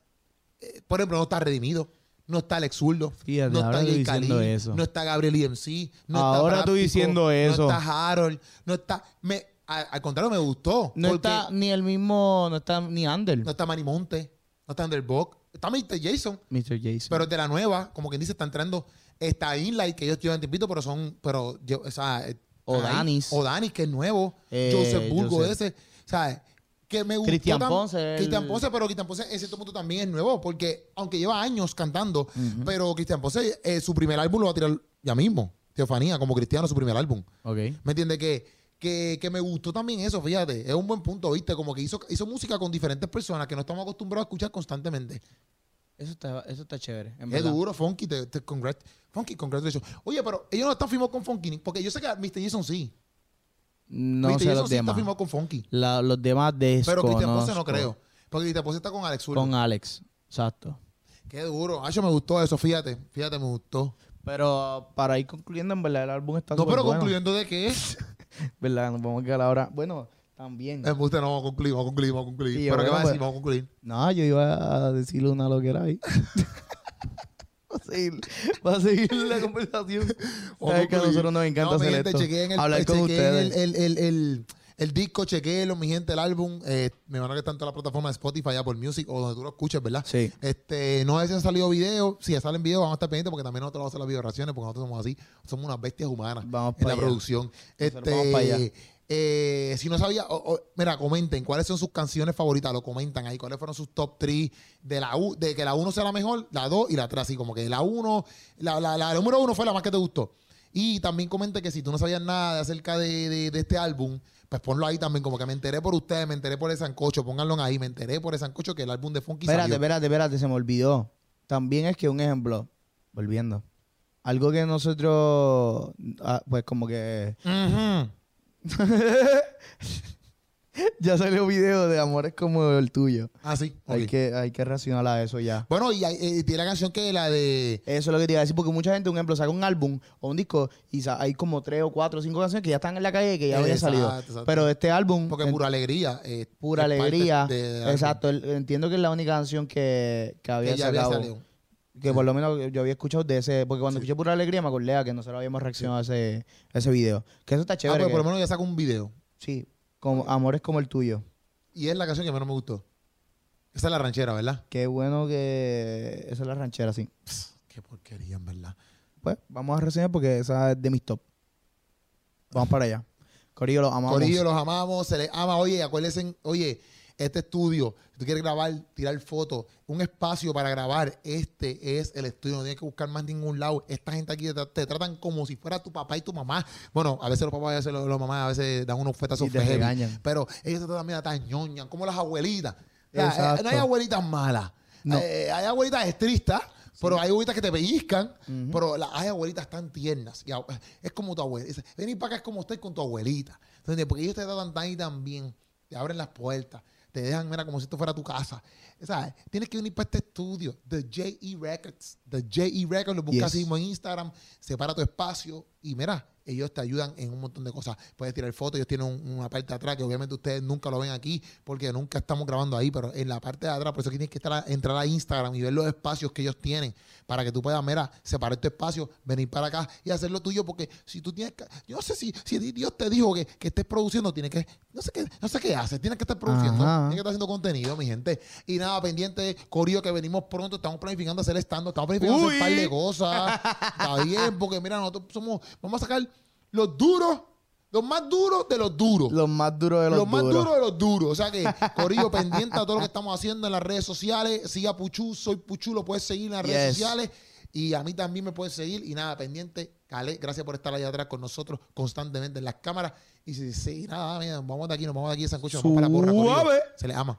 [SPEAKER 1] eh, por ejemplo, no está Redimido, no está Alex Zurdo,
[SPEAKER 2] Fíjate,
[SPEAKER 1] no está
[SPEAKER 2] ahora tú
[SPEAKER 1] Jay
[SPEAKER 2] diciendo
[SPEAKER 1] Khalil,
[SPEAKER 2] eso.
[SPEAKER 1] no está Gabriel EMC, no
[SPEAKER 2] Ahora
[SPEAKER 1] está
[SPEAKER 2] tú diciendo eso.
[SPEAKER 1] no está Harold, no está... Me, a- al contrario, me gustó.
[SPEAKER 2] No
[SPEAKER 1] porque
[SPEAKER 2] está ni el mismo. No está ni Ander,
[SPEAKER 1] No está Manny Monte, no está Underbox, está Mr. Jason.
[SPEAKER 2] Mr. Jason.
[SPEAKER 1] Pero de la nueva, como quien dice, está entrando. Está Inlight, que ellos llevan tiempito, pero son. Pero yo, o sea, eh,
[SPEAKER 2] O
[SPEAKER 1] ahí.
[SPEAKER 2] Danis.
[SPEAKER 1] O Danis, que es nuevo.
[SPEAKER 2] Eh,
[SPEAKER 1] Joseph Burgo,
[SPEAKER 2] Joseph.
[SPEAKER 1] ese. ¿Sabes? Que me gustó
[SPEAKER 2] Cristian
[SPEAKER 1] tam-
[SPEAKER 2] Ponce, el-
[SPEAKER 1] Cristian Ponce, pero Cristian Ponce en cierto punto también es nuevo, porque aunque lleva años cantando, pero Cristian Ponce, eh, su primer álbum lo va a tirar ya mismo. Teofanía, como Cristiano, su primer álbum.
[SPEAKER 2] Ok.
[SPEAKER 1] ¿Me entiendes? Que, que, que me gustó también eso, fíjate. Es un buen punto, ¿viste? Como que hizo, hizo música con diferentes personas que no estamos acostumbrados a escuchar constantemente.
[SPEAKER 2] Eso está, eso está chévere. En
[SPEAKER 1] Es
[SPEAKER 2] verdad.
[SPEAKER 1] duro, Funky, te, te congrat- Funky, congratulations. Oye, pero ellos no están firmados con Funky, ni- porque yo sé que Mr. Jason sí.
[SPEAKER 2] No
[SPEAKER 1] Mr.
[SPEAKER 2] sé
[SPEAKER 1] Jason
[SPEAKER 2] los
[SPEAKER 1] sí está
[SPEAKER 2] demás.
[SPEAKER 1] firmado con Funky.
[SPEAKER 2] La- los demás de
[SPEAKER 1] Pero Cristian Ponce no creo. Porque Cristian Ponce está con Alex Zurdo.
[SPEAKER 2] Con Alex, exacto.
[SPEAKER 1] Qué duro. Acho, me gustó eso, fíjate. Fíjate, me gustó.
[SPEAKER 2] Pero para ir concluyendo, en verdad, el álbum está
[SPEAKER 1] No, pero
[SPEAKER 2] superbueno.
[SPEAKER 1] concluyendo de qué es.
[SPEAKER 2] ¿Verdad? Nos vamos a quedar ahora. Bueno, también.
[SPEAKER 1] Me gusta, no, vamos a concluir, vamos a concluir, vamos a concluir.
[SPEAKER 2] Sí,
[SPEAKER 1] pero
[SPEAKER 2] bueno,
[SPEAKER 1] ¿qué vas a
[SPEAKER 2] pues-
[SPEAKER 1] decir? Vamos a concluir.
[SPEAKER 2] No, yo iba a decirle una loquera ahí. va, a seguir, va a seguir la conversación.
[SPEAKER 1] Vamos
[SPEAKER 2] Sabes que a
[SPEAKER 1] concluir.
[SPEAKER 2] nosotros nos encanta
[SPEAKER 1] No, mi
[SPEAKER 2] hacer
[SPEAKER 1] gente,
[SPEAKER 2] esto.
[SPEAKER 1] chequeen el,
[SPEAKER 2] Hablar con
[SPEAKER 1] chequeen
[SPEAKER 2] ustedes.
[SPEAKER 1] El, eh, el, el, el, el disco, chequéenlo, mi gente, el álbum. Eh, me van a que están todas las plataformas de Spotify, Apple Music o donde tú lo escuches, ¿verdad?
[SPEAKER 2] Sí.
[SPEAKER 1] Este, no sé si han salido videos. Si ya salen videos, vamos a estar pendientes porque también nosotros vamos a hacer las videoraciones porque nosotros somos así. Somos unas bestias humanas
[SPEAKER 2] Vamos
[SPEAKER 1] en
[SPEAKER 2] pa'
[SPEAKER 1] la
[SPEAKER 2] allá.
[SPEAKER 1] producción. Este,
[SPEAKER 2] vamos pa' allá.
[SPEAKER 1] eh, si no sabía, o- o- mira, comenten cuáles son sus canciones favoritas, lo comentan ahí, cuáles fueron sus top 3 de la U, de que la 1 sea la mejor, la 2 y la 3, así como que la 1, la, la, la número 1 fue la más que te gustó. Y también comenten que si tú no sabías nada de acerca de, de- de este álbum, pues ponlo ahí también, como que me enteré por ustedes, me enteré por el Sancocho, pónganlo ahí, me enteré por el Sancocho que el álbum de Funky
[SPEAKER 2] Espérate,
[SPEAKER 1] salió.
[SPEAKER 2] espérate, espérate, se me olvidó. También es que un ejemplo, volviendo, algo que nosotros, ah, pues como que
[SPEAKER 1] Ujú.
[SPEAKER 2] ya salió video de amores como el tuyo.
[SPEAKER 1] Ah, sí.
[SPEAKER 2] Hay
[SPEAKER 1] ok.
[SPEAKER 2] que hay que racionar a eso ya.
[SPEAKER 1] Bueno, y hay- eh, tiene la canción que la de...
[SPEAKER 2] Eso es lo que te iba a decir, porque mucha gente, un ejemplo, saca un álbum o un disco y sa- hay como tres o cuatro o cinco canciones que ya están en la calle y que ya habían
[SPEAKER 1] Exacto,
[SPEAKER 2] salido.
[SPEAKER 1] exacto.
[SPEAKER 2] Pero este álbum,
[SPEAKER 1] Porque
[SPEAKER 2] en-
[SPEAKER 1] pura alegría. eh,
[SPEAKER 2] pura
[SPEAKER 1] es parte
[SPEAKER 2] alegría,
[SPEAKER 1] de- del álbum
[SPEAKER 2] exacto, el- entiendo que es la única canción que, que
[SPEAKER 1] que
[SPEAKER 2] había
[SPEAKER 1] ya había
[SPEAKER 2] sacado.
[SPEAKER 1] salido. Ah,
[SPEAKER 2] Que por lo menos yo había escuchado de ese. Porque cuando escuché Pura Alegría me acordé a que nosotros habíamos reaccionado a, ese, a ese video. Que eso está
[SPEAKER 1] Ah,
[SPEAKER 2] chévere.
[SPEAKER 1] pues por lo
[SPEAKER 2] que-
[SPEAKER 1] menos ya sacó un video.
[SPEAKER 2] Sí, como, amores como el tuyo.
[SPEAKER 1] Y es la canción que menos me gustó. Esa es la ranchera, ¿verdad?
[SPEAKER 2] Qué bueno que. Esa es la ranchera, sí.
[SPEAKER 1] Qué porquería, en verdad.
[SPEAKER 2] Pues vamos a reseñar porque esa es de mis top. Vamos para allá. Corillo, los amamos.
[SPEAKER 1] Corillo, los amamos, se les ama. Oye, acuérdense, oye, este estudio, si tú quieres grabar, tirar fotos, un espacio para grabar, este es el estudio, no tienes que buscar más ningún lado. Esta gente aquí te, te tratan como si fuera tu papá y tu mamá. Bueno, a veces los papás, a veces los, los mamás, a veces dan unos fetas
[SPEAKER 2] Y te regañan.
[SPEAKER 1] Pero ellos te tratan, mira, tan ñoña, como las abuelitas. O sea,
[SPEAKER 2] Exacto.
[SPEAKER 1] eh, no hay abuelitas malas.
[SPEAKER 2] No.
[SPEAKER 1] Eh, hay abuelitas estrictas, pero hay abuelitas que te pellizcan, pero las hay abuelitas tan tiernas. Y ab- es como tu abuelita. Dice, Ven para acá es como usted con tu abuelita. ¿Entiendes? Porque ellos te tratan tan y tan bien. Te abren las puertas. Te dejan, mira, como si esto fuera tu casa. ¿Sabes? Tienes que venir para este estudio. The JE Records. The JE Records. Lo buscas
[SPEAKER 2] Yes.
[SPEAKER 1] así mismo en Instagram. Separa tu espacio. Y mira, ellos te ayudan en un montón de cosas. Puedes tirar fotos. Ellos tienen un- una parte de atrás que obviamente ustedes nunca lo ven aquí porque nunca estamos grabando ahí. Pero en la parte de atrás, por eso que tienes que estar a- entrar a Instagram y ver los espacios que ellos tienen para que tú puedas, mira, separar tu espacio, venir para acá y hacer lo tuyo, porque si tú tienes que, yo no sé si, si Dios te dijo que, que estés produciendo, tienes que No sé qué, no sé qué hace. Tienen que estar produciendo,
[SPEAKER 2] Ajá.
[SPEAKER 1] tienen que estar haciendo contenido, mi gente. Y nada, pendiente, Corillo, que venimos pronto. Estamos planificando hacer stand Estamos planificando hacer un par
[SPEAKER 2] Uy.
[SPEAKER 1] de cosas. Está bien, porque mira, nosotros somos. Vamos a sacar los duros, los más duros de los duros.
[SPEAKER 2] Los más duros de los,
[SPEAKER 1] Los más
[SPEAKER 2] duros.
[SPEAKER 1] duros de los duros. O sea que, Corillo, pendiente a todo lo que estamos haciendo en las redes sociales. Siga Puchu, soy Puchu, lo puedes seguir en las redes
[SPEAKER 2] Yes.
[SPEAKER 1] sociales. Y a mí también me puedes seguir. Y nada, pendiente. Cale, gracias por estar allá atrás con nosotros constantemente en las cámaras. Y si sí, nada, mira, nos vamos de aquí, nos vamos de aquí de Sancocho, nos vamos para la porra. Corillo.
[SPEAKER 2] Suave.
[SPEAKER 1] Se le ama.